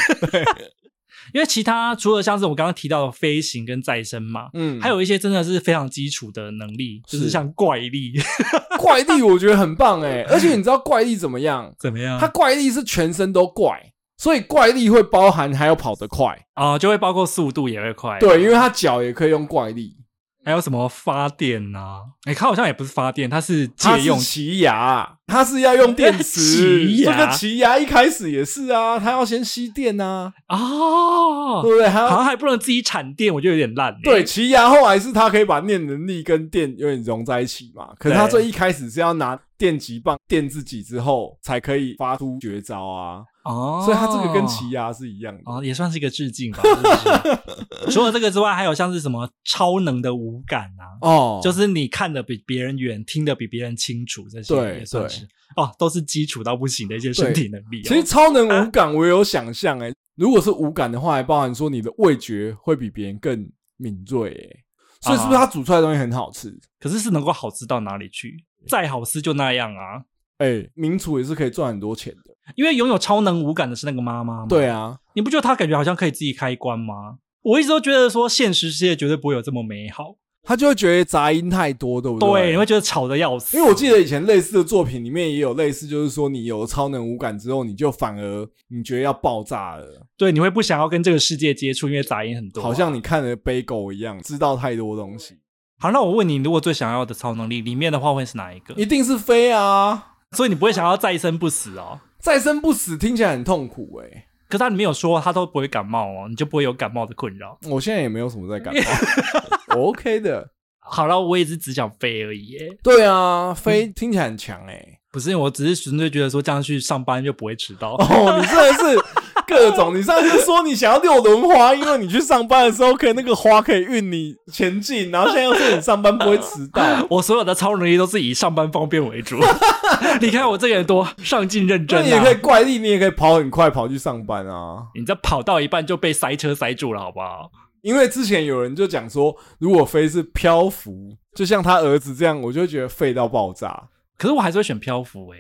S1: 因为其他除了像是我刚刚提到的飞行跟再生嘛，
S2: 嗯，
S1: 还有一些真的是非常基础的能力，就是
S2: 是
S1: 像怪力
S2: 怪力，我觉得很棒哎、
S1: 嗯
S2: 而且你知道怪力 怎么样？
S1: 怎么样
S2: 它怪力是全身都怪，所以怪力会包含还要跑得快。
S1: 啊、就会包括速度也会快。
S2: 对，因为它脚也可以用怪力，
S1: 还有什么发电呐、啊？哎、它好像也不是发电，它是
S2: 它
S1: 借
S2: 是
S1: 用。
S2: 奇牙，它是要用电池。
S1: 奇牙
S2: 这个奇牙一开始也是啊，它要先吸电啊，
S1: 哦啊
S2: 对，不对？它要
S1: 好像还不能自己产电，我觉得有点烂、欸。
S2: 对，，奇牙后来是他可以把念能力跟电有点融在一起嘛，可是他
S1: 对
S2: 最一开始是要拿电击棒电自己之后，才可以发出绝招啊，
S1: 哦，
S2: 所以他这个跟奇牙是一样的。
S1: 哦也算是一个致敬吧。是不是除了这个之外，还有像是什么超能的五感啊，
S2: 哦，
S1: 就是是你看的比别人远，听的比别人清楚，这些
S2: 对
S1: 也算是哦，都是基础到不行的一些身体能力、哦。
S2: 其实超能无感，我也有想象哎、如果是无感的话，还包含说你的味觉会比别人更敏锐哎、所以是不是他煮出来的东西很好吃？
S1: 可是是能够好吃到哪里去？再好吃就那样啊。
S2: 哎、名厨也是可以赚很多钱的。
S1: 因为拥有超能五感的是那个妈妈嘛。
S2: 对啊，
S1: 你不觉得他感觉好像可以自己开关吗？我一直都觉得说，现实世界绝对不会有这么美好。
S2: 他就会觉得杂音太多，对不
S1: 对，你会觉得吵得要死。
S2: 因为我记得以前类似的作品里面也有类似，就是说你有了超能无感之后，你就反而你觉得要爆炸了，
S1: 对，你会不想要跟这个世界接触，因为杂音很多啊、
S2: 好像你看了杯狗一样，知道太多东西，
S1: 好，那我问你，如果最想要的超能力里面的话，会是哪一个？
S2: 一定是飞啊！
S1: 所以你不会想要再生不死哦。
S2: 再生不死听起来很痛苦欸诶、
S1: 可是他里面有说他都不会感冒哦，你就不会有感冒的困扰。
S2: 我现在也没有什么在感冒，我 OK 的。
S1: 好了，我也是只想飞而已耶，
S2: 对啊，飞听起来很强诶、欸
S1: 不是，我只是纯粹觉得说这样去上班就不会迟到。，
S2: 哦哦，你真的是各种。你上次说你想要六轮花，因为你去上班的时候可以那个花可以运你前进，然后现在又说你上班不会迟到
S1: 我所有的超能力都是以上班方便为 主。你看我这个人多上进认真
S2: 那你也可以
S1: 啊！
S2: 怪力，你也可以跑很快跑去上班啊。
S1: 你这跑到一半就被塞车塞住了，好不好？
S2: 因为之前有人就讲说，如果飞是漂浮，就像他儿子这样，我就会觉得废到爆炸
S1: 可是我还是会选漂浮诶、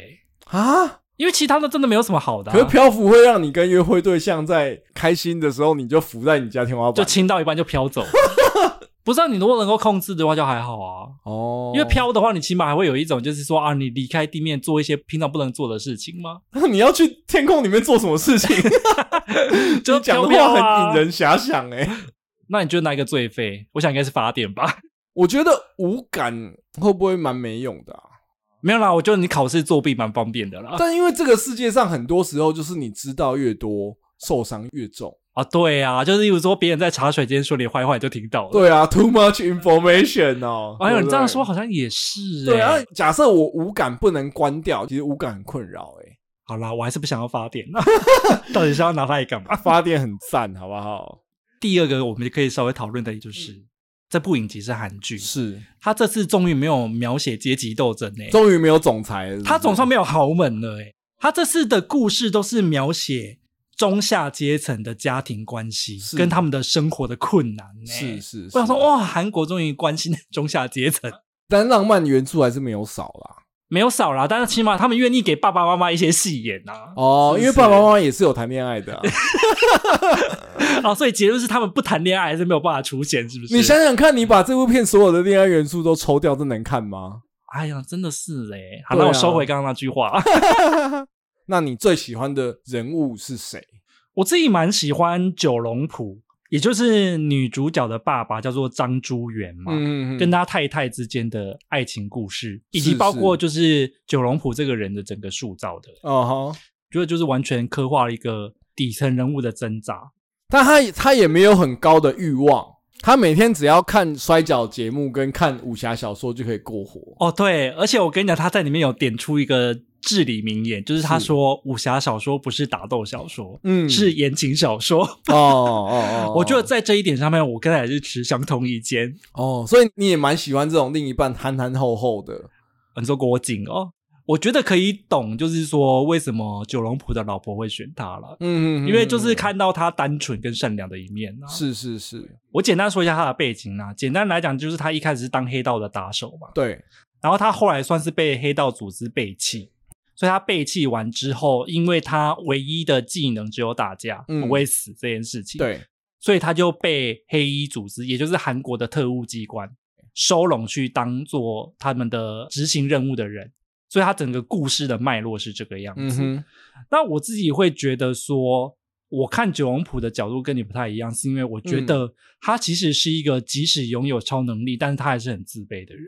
S2: 啊。
S1: 因为其他的真的没有什么好的啊、
S2: 可是漂浮会让你跟约会对象在开心的时候，你就浮在你家天花
S1: 就
S2: 板。
S1: 亲到一半就飘走了。 不是、啊、你如果能够控制的话就还好啊，
S2: 哦
S1: 因为，飘的话你起码还会有一种就是说啊，你离开地面做一些平常不能做的事情嘛，
S2: 你要去天空里面做什么事 情？
S1: 就
S2: 你讲
S1: 飘
S2: 的
S1: 飘
S2: 话
S1: 啊
S2: 很引人。遐想哎、
S1: 那你就拿一个最废，我想应该是发电吧。
S2: 我觉得无感会不会蛮没用的、啊？
S1: 没有啦，我觉得你考试作弊蛮方便的啦。
S2: 但因为这个世界上很多时候就是你知道越多，受伤越重。
S1: 啊，对啊，就是例如说别人在茶水间说你坏话，你就听到了。，
S2: 对啊，too much information 哦。
S1: 哎呦，
S2: 对
S1: 你
S2: 不
S1: 这样
S2: 对
S1: 说好像也是、欸。
S2: 对啊，假设我无感不能关掉，其实无感很困扰哎、
S1: 好啦，我还是不想要发 电，到底是要拿它来干嘛？
S2: 发电很赞，好不好？
S1: 第二个我们可以稍微讨论的就是，
S2: 嗯
S1: 这部影集是韩剧，
S2: 是，
S1: 他这次终于没有描写阶级斗争呢、欸
S2: 终于没有哎总裁了是不是
S1: 他总算没有豪门了、欸，他这次的故事都是描写中下阶层的家庭关系
S2: 是
S1: 跟他们的生活的困难、欸。
S2: 是，是，
S1: 我想说，
S2: 是，
S1: 哇，韩国终于关心中下阶层，
S2: 但浪漫元素还是没有少啦。
S1: 没有少啦，但是起码他们愿意给爸爸妈妈一些戏演啊。
S2: 哦，
S1: 是
S2: 因为爸爸妈妈也是有谈恋爱的啊、
S1: 哦，所以结论是他们不谈恋爱还是没有办法出现，是不是？
S2: 你想想看，你把这部片所有的恋爱元素都抽掉，这能看吗？
S1: 哎呀，真的是哎、欸，好，
S2: 对啊
S1: 那我收回刚刚那句话。
S2: 那你最喜欢的人物是谁？
S1: 我自己蛮喜欢九龙浦，也就是女主角的爸爸叫做张珠元嘛，
S2: 嗯
S1: 跟他太太之间的爱情故事，以
S2: 是
S1: 及
S2: 是
S1: 包括就是九龙浦这个人的整个塑造的，
S2: 哦哈，
S1: 觉得就是完全刻画了一个底层人物的挣扎。
S2: 但他也他也没有很高的欲望，他每天只要看摔跤节目跟看武侠小说就可以过活。
S1: 哦，对，而且我跟你讲，他在里面有点出一个至理名言，就是他
S2: 是
S1: 说武侠小说不是打斗小说，
S2: 嗯
S1: 是言情小说。
S2: 哦哦哦，
S1: 我觉得在这一点上面，我跟他也是持相同意见。
S2: 哦，所以你也蛮喜欢这种另一半憨憨厚厚的。
S1: 你说郭靖哦，我觉得可以懂，就是说为什么九龙浦的老婆会选他了，
S2: 嗯
S1: 因为就是看到他单纯跟善良的一面啊。
S2: 是是是，
S1: 我简单说一下他的背景啊，简单来讲就是他一开始是当黑道的打手嘛，
S2: 对，
S1: 然后他后来算是被黑道组织背弃，所以他背弃完之后，因为他唯一的技能只有打架，
S2: 嗯
S1: 不会死这件事情，，
S2: 对，
S1: 所以他就被黑衣组织，也就是韩国的特务机关收拢去当做他们的执行任务的人，所以他整个故事的脉络是这个样
S2: 嗯
S1: 子。
S2: 哼，
S1: 那我自己会觉得说，我看九龙谱的角度跟你不太一样，是因为我
S2: 嗯
S1: 觉得他其实是一个即使拥有超能力，但是他还是很自卑的人。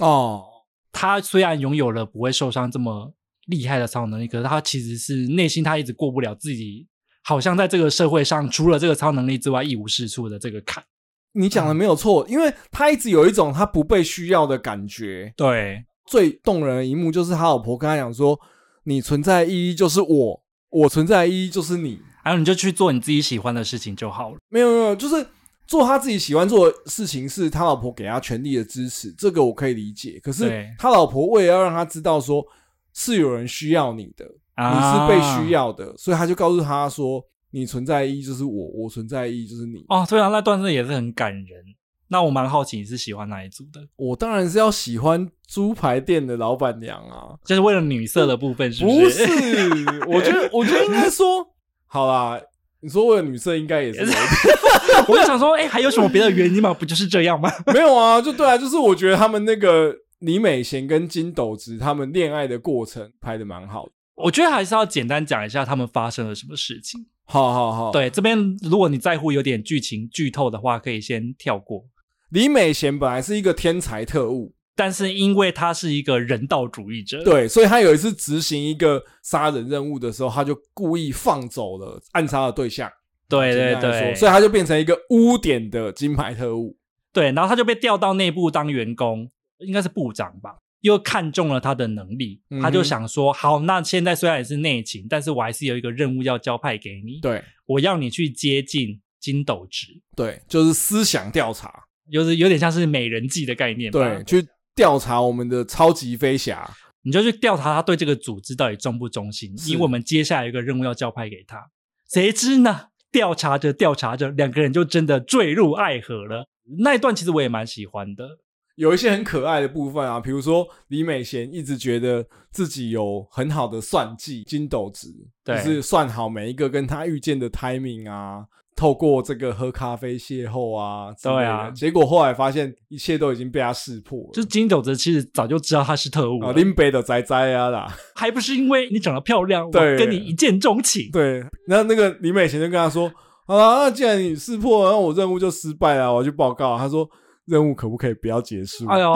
S2: 哦，
S1: 他虽然拥有了不会受伤这么厉害的超能力，可是他其实是内心他一直过不了自己，好像在这个社会上除了这个超能力之外一无是处的这个坎。
S2: 你讲的没有错，因为他一直有一种他不被需要的感觉。
S1: 对，
S2: 最动人的一幕就是他老婆跟他讲说：“你存在的意义就是我，我存在的意义就是你。
S1: 然后你就去做你自己喜欢的事情就好了。”
S2: 没有没有，就是做他自己喜欢做的事情，是他老婆给他全力的支持，这个我可以理解。可是
S1: 对
S2: 他老婆为了要让他知道说是有人需要你的，
S1: 啊
S2: 你是被需要的，所以他就告诉他说：“你存在的意义就是我，我存在的意义就是你。”
S1: 哦，对啊，那段子也是很感人。那我蛮好奇你是喜欢哪一组的，
S2: 我当然是要喜欢猪排店的老板娘啊。
S1: 就是为了女色的部分，是
S2: 不
S1: 是？啊
S2: 是，我 觉得，我觉得应该说，好啦，你说为了女生应该 也是有一点
S1: 我就 想说，哎、还有什么别的原因吗？不就是这样吗？
S2: 没有啊，就对啊，就是我觉得他们那个李美贤跟金斗植他们恋爱的过程拍的蛮好的，
S1: 我觉得还是要简单讲一下他们发生了什么事情。
S2: 好好好，，
S1: 对，这边如果你在乎有点剧情剧透的话，可以先跳过。
S2: 李美贤本来是一个天才特务，
S1: 但是因为他是一个人道主义者，，
S2: 对，所以他有一次执行一个杀人任务的时候，他就故意放走了暗杀的对象，
S1: 对对
S2: 简单来说
S1: 对，
S2: 所以他就变成一个污点的金牌特务，
S1: 对，然后他就被调到内部当员工，应该是部长吧。又看中了他的能力，
S2: 嗯哼
S1: 他就想说，好，那现在虽然也是内勤，但是我还是有一个任务要交派给你，
S2: 对
S1: 我要你去接近金斗值，
S2: 对，就是思想调查，
S1: 就是有点像是美人计的概念吧，
S2: 对，去调查我们的超级飞侠，
S1: 你就去调查他对这个组织到底忠不忠心，
S2: 是
S1: 因为我们接下来有一个任务要交派给他。谁知呢？调查着调查着，两个人就真的坠入爱河了。那一段其实我也蛮喜欢的，
S2: 有一些很可爱的部分啊，比如说李美贤一直觉得自己有很好的算计金斗值，就
S1: 对
S2: 是算好每一个跟他遇见的 timing 啊，透过这个喝咖啡邂逅啊，之类的
S1: 对啊
S2: 结果后来发现一切都已经被他识破了，
S1: 就是金斗子其实早就知道他是特务了
S2: 啊，林北的宅宅啊啦，
S1: 还不是因为你长得漂亮，我
S2: 对
S1: 跟你一见钟情。
S2: 对，那那个李美贤就跟他说啊，那既然你识破了，那我任务就失败了，我要去报告。他说任务可不可以不要结束？
S1: 哎呦，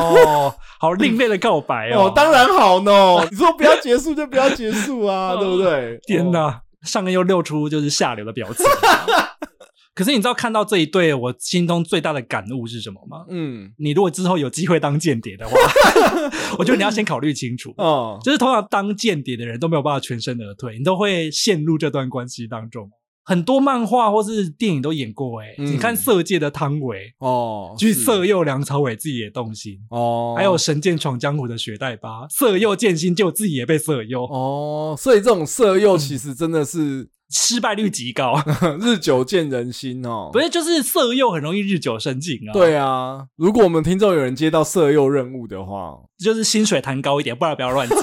S1: 好另类的告白哦！
S2: 哦，当然好呢。 你说不要结束就不要结束啊，
S1: 哦
S2: 对不对？
S1: 天
S2: 哦！
S1: 哪，上恩又露出就是下流的表情。啊 可是你知道看到这一对，我心中最大的感悟是什么吗？
S2: 嗯，
S1: 你如果之后有机会当间谍的话， 我觉得你要先考虑清楚。
S2: 哦，
S1: 就是通常当间谍的人都没有办法全身而退，你都会陷入这段关系当中。很多漫画或是电影都演过、欸，哎、
S2: 嗯
S1: 你看《色戒》的汤唯
S2: 哦，
S1: 去
S2: 是
S1: 色诱梁朝伟，自己也动心；
S2: 哦，
S1: 还有《神剑闯江湖》的雪代巴色诱剑心，就自己也被色诱，
S2: 哦，所以这种色诱其实真的是
S1: 失败率极高。
S2: 日久见人心哦。
S1: 不是，就是色诱很容易日久生情啊。，
S2: 对啊，如果我们听众有人接到色诱任务的话，
S1: 就是薪水谈高一点，不然不要乱接。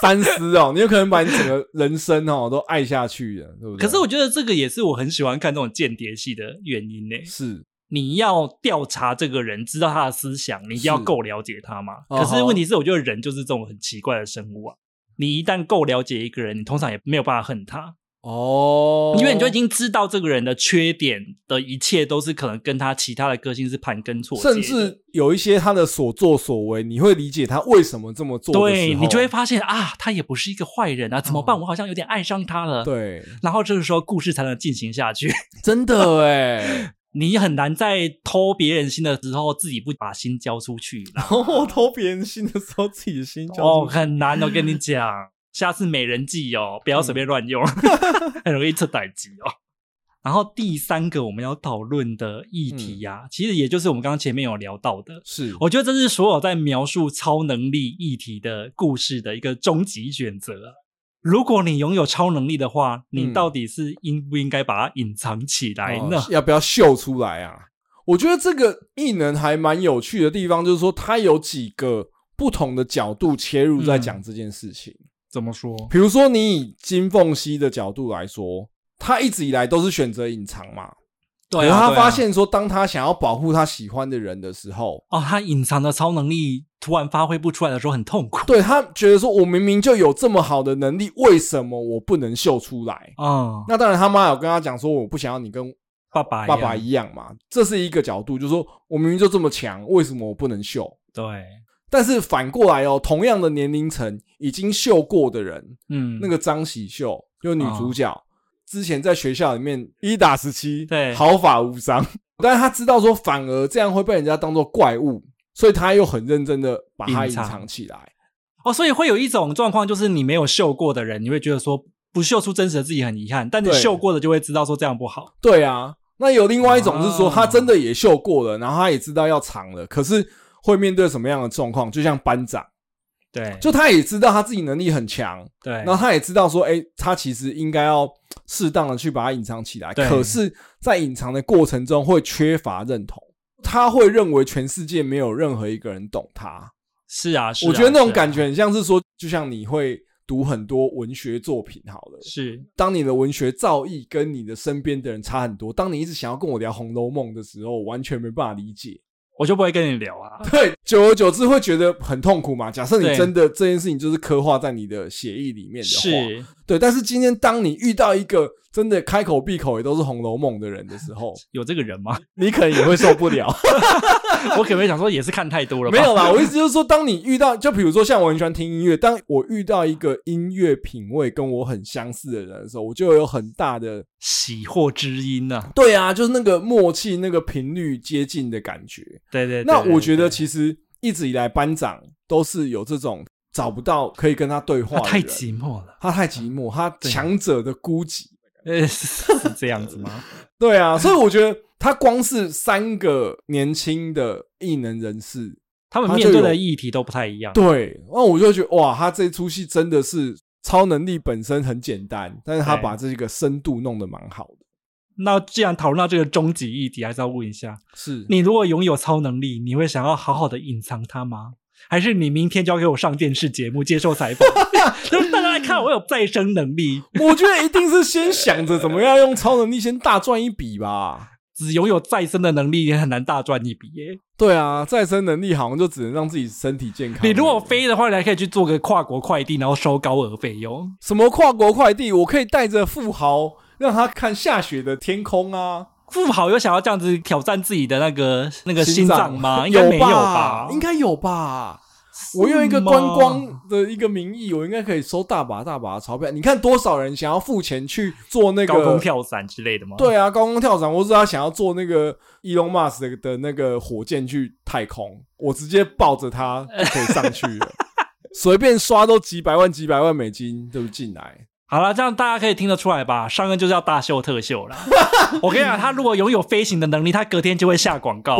S2: 三思哦，你有可能把你整个人生哦都爱下去了，对不对？
S1: 可是我觉得这个也是我很喜欢看这种间谍戏的原因欸呢、
S2: 是
S1: 你要调查这个人，知道他的思想，你一定要
S2: 是
S1: 够了解他嘛。可
S2: 哦
S1: 是问题是，我觉得人就是这种很奇怪的生物啊。你一旦够了解一个人，你通常也没有办法恨他，
S2: 哦，
S1: 因为你就已经知道这个人的缺点的一切都是可能跟他其他的个性是盘根错节的，
S2: 甚至有一些他的所作所为，你会理解他为什么这么做的时候，
S1: 对你就会发现啊，他也不是一个坏人啊，怎么办？我好像有点爱上他了。，
S2: 哦对，
S1: 然后这个时候故事才能进行下去。
S2: 真的哎，
S1: 你很难在偷别人心的时候，自己不把心交出去啦。
S2: 然后偷别人心的时候，自己的心
S1: 哦，
S2: 交出去
S1: 很难，我跟你讲，下次美人计哦，不要
S2: 嗯
S1: 随便乱用， 很容易出歹机哦。然后第三个我们要讨论的议题
S2: 嗯
S1: 呀、其实也就是我们刚刚前面有聊到的，
S2: 是
S1: 我觉得这是所有在描述超能力议题的故事的一个终极选择啊。如果你拥有超能力的话，你
S2: 嗯
S1: 到底是应不应该把它隐藏起来呢？
S2: 哦要不要秀出来啊？我觉得这个异能还蛮有趣的地方，就是说它有几个不同的角度切入在
S1: 嗯
S2: 讲这件事情。
S1: 怎么说？
S2: 比如说，你以金凤熙的角度来说，他一直以来都是选择隐藏嘛。
S1: 对
S2: 可
S1: 啊，
S2: 是他
S1: 对啊
S2: 发现说，当他想要保护他喜欢的人的时候，
S1: 哦，他隐藏的超能力突然发挥不出来的时候很痛苦。
S2: 对他觉得说，我明明就有这么好的能力，为什么我不能秀出来？
S1: 嗯，
S2: 那当然，他妈有跟他讲说，我不想要你跟
S1: 爸爸
S2: 爸
S1: 样
S2: 爸一样嘛。这是一个角度，就是说我明明就这么强，为什么我不能秀？
S1: 对，
S2: 但是反过来哦，同样的年龄层已经秀过的人，
S1: 嗯，啊
S2: 那个张喜秀就是女主角，之前在学校里面一打十七，
S1: 对
S2: 毫发无伤。 但是她知道说，反而这样会被人家当做怪物，所以她又很认真的把它隐
S1: 隐藏
S2: 藏起来。
S1: 哦，所以会有一种状况，就是你没有秀过的人，你会觉得说不秀出真实的自己很遗憾，但你
S2: 对
S1: 秀过的就会知道说这样不好。
S2: 对啊，那有另外一种是说，
S1: 啊
S2: 她真的也秀过了，然后她也知道要藏了，可是会面对什么样的状况？就像班长，
S1: 对，
S2: 就她也知道她自己能力很强，
S1: 对
S2: 然，后她也知道说，哎、她其实应该要适当的去把它隐藏起来，
S1: 对
S2: 可是，在隐藏的过程中会缺乏认同，她会认为全世界没有任何一个人懂她。
S1: 是啊，是啊
S2: 我觉得那种感
S1: 觉
S2: 觉很像是说，就像你会读很多文学作品好了，
S1: 是
S2: 当你的文学造诣跟你的身边的人差很多，当你一直想要跟我聊《红楼梦》的时候，我完全没办法理解。
S1: 我就不会跟你聊啊。
S2: 对，久而久之会觉得很痛苦嘛。假设你
S1: 对
S2: 真的这件事情就是刻画在你的血液里面的话，
S1: 是，
S2: 对。但是今天当你遇到一个真的开口闭口也都是《红楼梦》的人的时候，
S1: 有这个人吗？
S2: 你可能也会受不了。
S1: 我可能会想说也是看太多了吧。
S2: 没有啦，我意思就是说，当你遇到，就比如说像我很喜欢听音乐，当我遇到一个音乐品味跟我很相似的人的时候，我就有很大的
S1: 喜获知音呢、啊。
S2: 对啊，就是那个默契、那个频率接近的感觉。
S1: 对对对
S2: 那我觉得
S1: 对
S2: 其实一直以来班长都是有这种找不到可以跟他对话
S1: 他
S2: 的人，
S1: 太寂寞了，
S2: 他太寂寞，他
S1: 对
S2: 强者的孤寂。
S1: 呃，是是这样子吗？
S2: 对啊，所以我觉得他光是三个年轻的异能人士，
S1: 他们
S2: 他就
S1: 面对的
S2: 有
S1: 议题都不太一样，
S2: 对，那我就觉得哇，他这出戏真的是超能力本身很简单，但是他
S1: 对
S2: 把这个深度弄得蛮好的。
S1: 那既然讨论到这个终极议题，还是要问一下，
S2: 是
S1: 你如果拥有超能力，你会想要好好的隐藏它吗？还是你明天就要给我上电视节目接受采访， 让大家来看我有再生能力，
S2: 我觉得一定是先想着怎么样用超能力先大赚一笔吧。
S1: 只拥有再生的能力也很难大赚一笔耶。
S2: 对啊，再生能力好像就只能让自己身体健康而已。
S1: 你如果飞的话，你还可以去做个跨国快递，然后收高额费用。
S2: 什么跨国快递，我可以带着富豪让他看下雪的天空啊。
S1: 富豪有想要这样子挑战自己的那个那个心脏 吗？应
S2: 有
S1: 该没有
S2: 吧
S1: 吧？？
S2: 应该有吧？
S1: 是吗
S2: 我用一个观光的一个名义，我应该可以收大把大把的钞票。你看多少人想要付钱去做那个
S1: 高空？跳伞之类的吗？，
S2: 对啊，高空跳伞，或是他想要坐那个 Elon Musk 的的那个火箭去太空，我直接抱着他就可以上 去了，随便刷都几百万、几百万美金就进来。
S1: 好了，这样大家可以听得出来吧？上恩就是要大秀特秀 啦。我跟你讲，他如果拥有飞行的能力，他隔天就会下广 告，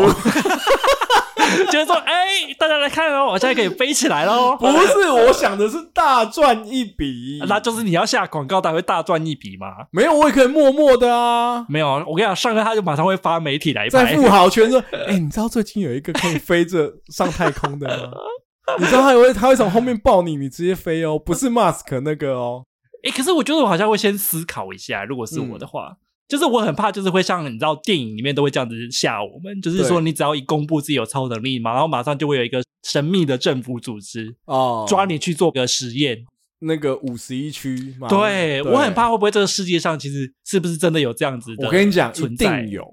S1: 就是说，哎、大家来看哦，我现在可以飞起来喽。
S2: 不是，我想的是大赚一笔。
S1: 那就是你要下广告才会大赚一笔嘛。
S2: 没有，我也可以默默的啊。
S1: 没有，我跟你讲，上恩他就马上会发媒体来
S2: 在
S1: 拍。
S2: 富豪圈说：“ 哎、你知道最近有一个可以飞着上太空 的吗？你知道他会他会从后面抱你，你直接飞哦，不是 Mask 那个哦。
S1: 哎、可是我觉得我好像会先思考一下，如果是我的
S2: 嗯
S1: 话，就是我很怕，就是会像你知道电影里面都会这样子吓我们，就是说
S2: 对
S1: 你只要一公布自己有超能力嘛，然后马上就会有一个神秘的政府组织
S2: 哦
S1: 抓你去做个实验。
S2: 那个五十一区嘛。
S1: 对我很。怕会不会这个世界上其实是不是真的有这样子的？
S2: 我跟你讲，一
S1: 存在
S2: 定有。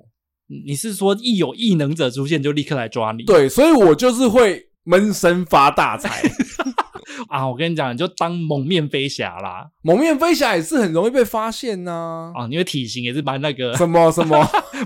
S1: 你是说一有异能者出现就立刻来抓你？
S2: 对，所以我就是会闷声发大 财。
S1: 啊，我跟你讲，你就当蒙面飞侠啦
S2: 蒙面飞侠也是很容易被发现呐、
S1: 啊，因为体型也是蛮那 个
S2: 什么 什么，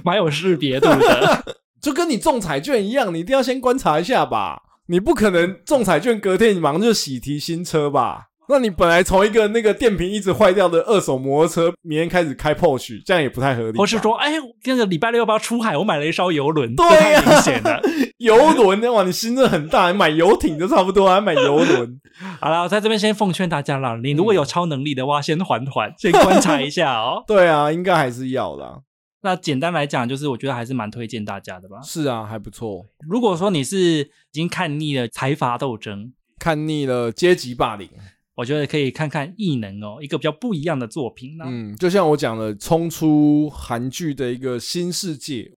S1: 蛮有识别度 的。
S2: 就跟你中彩券一样，你一定要先观察一下吧。你不可能中彩券隔天你马上就喜提新车吧？那你本来从一个那个电瓶一直坏掉的二手摩托车，明天开始开 Porsche，这样也不太合理吧。
S1: 或是说，哎，那个礼拜六要不要出海？我买了一艘游轮，
S2: 对
S1: 这太
S2: 呀
S1: 明显了。
S2: 游轮，哇，你心真的很大，你买游艇就差不多，还买 游轮。。
S1: 好啦，我在这边先奉劝大家啦，你如果有超能力的话，先缓缓，先观察一下哦
S2: 对啊，应该还是要啦。
S1: 那简单来讲，就是我觉得还是蛮推荐大家的吧。
S2: 是啊，还不错。
S1: 如果说你是已经看腻了财阀斗争，
S2: 看腻了阶级霸凌，
S1: 我觉得可以看看异能哦，一个比较不一样的作品啦。
S2: 嗯，就像我讲的，冲出韩剧的一个新世界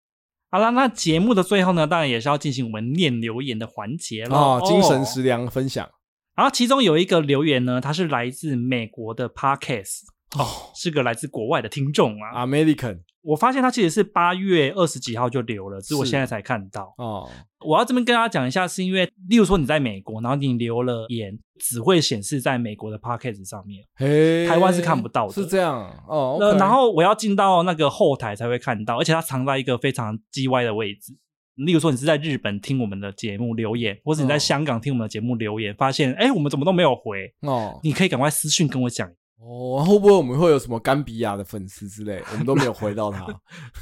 S1: 好啦，那节目的最后呢，当然也是要进行我们念留言的环节了。
S2: 啊，精神
S1: 失。
S2: 食粮分享
S1: 然后其中有一个留言呢，它是来自美国的 Podcast，
S2: 哦
S1: 是个来自国外的听众啊。
S2: ，American
S1: 我发现他其实是八月二十几号就留了，只是我
S2: 是
S1: 现在才看到。
S2: 哦，
S1: 我要这边跟大家讲一下，是因为例如说你在美国，然后你留了言，只会显示在美国的 Podcast 上面。
S2: 嘿，
S1: 台湾是看不到的
S2: 是这样哦。
S1: 那
S2: OK
S1: 然后我要进到那个后台才会看到，而且它藏在一个非常叽歪的位置。例如说，你是在日本听我们的节目留言，或是你在
S2: 哦
S1: 香港听我们的节目留言，发现哎、诶我们怎么都没有回，
S2: 哦
S1: 你可以赶快私讯跟我讲。
S2: 哦，会不会我们会有什么甘比亚的粉丝之类？我们都没有回到他。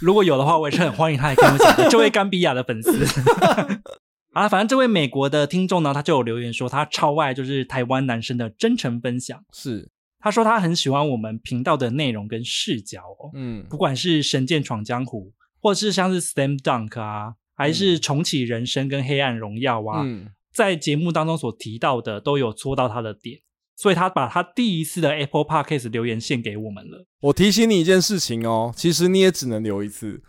S1: 如果有的话，我也是很欢迎他来跟我讲的。这位甘比亚的粉丝。 啊，反正这位美国的听众呢，他就有留言说，他超爱就是台湾男生的真诚分享。
S2: 是，
S1: 他说他很喜欢我们频道的内容跟视角哦，
S2: 嗯
S1: 不管是《神剑闯江湖》，或是像是《Slam Dunk》啊，还是《重启人生》跟《黑暗荣耀》啊，
S2: 嗯，
S1: 在节目当中所提到的都有戳到他的点，所以他把他第一次的 Apple Podcast 留言献给我们了。
S2: 我提醒你一件事情哦，其实你也只能留 一次。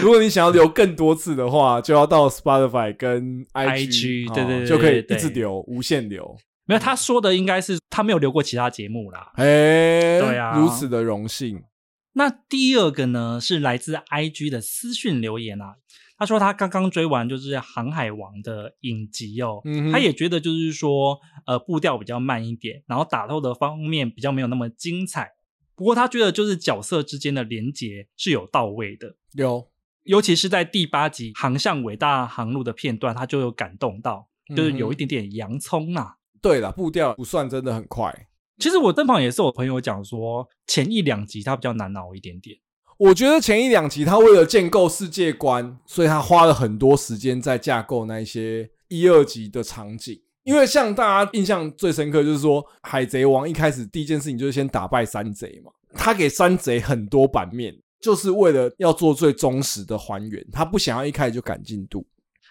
S2: 如果你想要留更多次的话，就要到 Spotify 跟 IG，,
S1: IG
S2: 哦
S1: 对对对
S2: 就可以一
S1: 对
S2: 直留，无限留。
S1: 没有，他说的应该是他没有留过其他节目啦。
S2: 哎、
S1: 对啊
S2: 如此的荣幸。
S1: 那第二个呢，是来自 IG 的私讯留言啊。他说他刚刚追完就是《航海王》的影集哦，
S2: 嗯哼
S1: 他也觉得就是说，呃，步调比较慢一点，然后打斗的方面比较没有那么精彩。不过他觉得就是角色之间的连结是有到位的，
S2: 有
S1: 尤其是在第八集《航向伟大航路》的片段，他就有感动到，
S2: 嗯
S1: 就是有一点点洋葱啦、
S2: 对啦，步调不算真的很快。
S1: 其实我身旁也是有朋友讲说，前一两集他比较难熬一点点。
S2: 我觉得前一两集他为了建构世界观，所以他花了很多时间在架构那一些一二集的场景。因为像大家印象最深刻就是说，海贼王一开始第一件事情就是先打败山贼嘛，他给山贼很多版面，就是为了要做最忠实的还原，他不想要一开始就赶进度。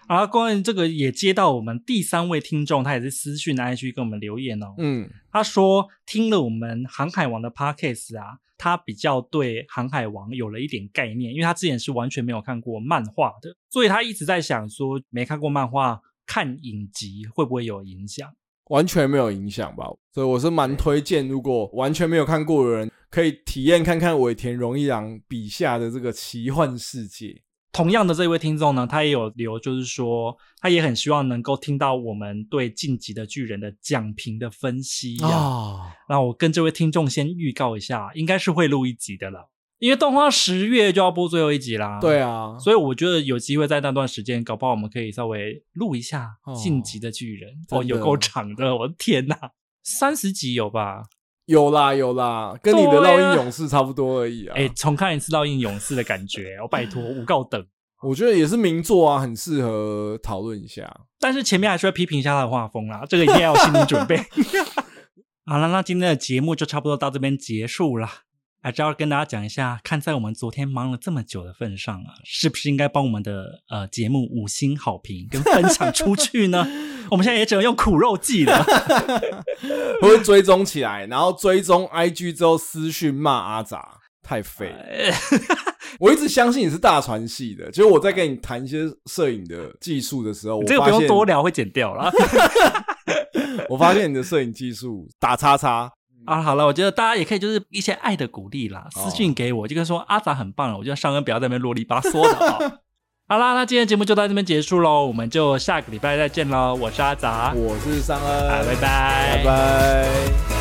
S1: 啊，关于这个也接到我们第三位听众，他也是私讯的 IG 跟我们留言哦。
S2: 嗯，
S1: 他说听了我们航海王的 podcast 啊，他比较对航海王有了一点概念，因为他之前是完全没有看过漫画的，所以他一直在想说，没看过漫画看影集会不会有影响？
S2: 完全没有影响吧，所以我是蛮推荐，如果完全没有看过的人，可以体验看看尾田荣一郎笔下的这个奇幻世界。
S1: 同样的，这位听众呢，他也有留，就是说他也很希望能够听到我们对《晋级的巨人》的讲评的分析啊。
S2: 啊，
S1: 那我跟这位听众先预告一下，应该是会录一集的了，因为动画十月就要播最后一集啦。
S2: 对啊，
S1: 所以我觉得有机会在那段时间，搞不好我们可以稍微录一下
S2: 哦
S1: 《晋级的巨人》
S2: 真
S1: 哦，
S2: 的
S1: 有够长的，我的天哪，三十集有
S2: 啊
S1: 吧？
S2: 有啦有啦，跟你的《
S1: 对啊
S2: 烙印勇士》差不多而已啊。
S1: 哎、重看一次《烙印勇士》的感觉，哦我拜托，无告等。
S2: 我觉得也是名作啊，很适合讨论一下。
S1: 但是前面还是会批评一下他的画风啦，这个一定要有心理准备。好了，那今天的节目就差不多到这边结束了。还是要跟大家讲一下，看在我们昨天忙了这么久的份上啊，是不是应该帮我们的呃节目五星好评跟分享出去呢？我们现在也只能用苦肉计了。
S2: 我会追踪起来，然后追踪 IG 之后私讯骂阿杂，太废了。
S1: 哎
S2: 我一直相信你是大船系的，结果我在跟你谈一些摄影的技术 的时候，我
S1: 这个
S2: 发
S1: 不用
S2: 现
S1: 多聊，会剪掉了。
S2: 我发现你的摄影技术打叉叉，
S1: 啊，好了，我觉得大家也可以就是一些爱的鼓励啦，私信给我，就跟说阿杂很棒了，我觉得上恩不要在那边啰里吧嗦的 哦。好啦，那今天节目就到这边结束喽，我们就下个礼拜再见喽。我是阿杂，
S2: 我是尚恩，
S1: 啊，拜拜，
S2: 拜拜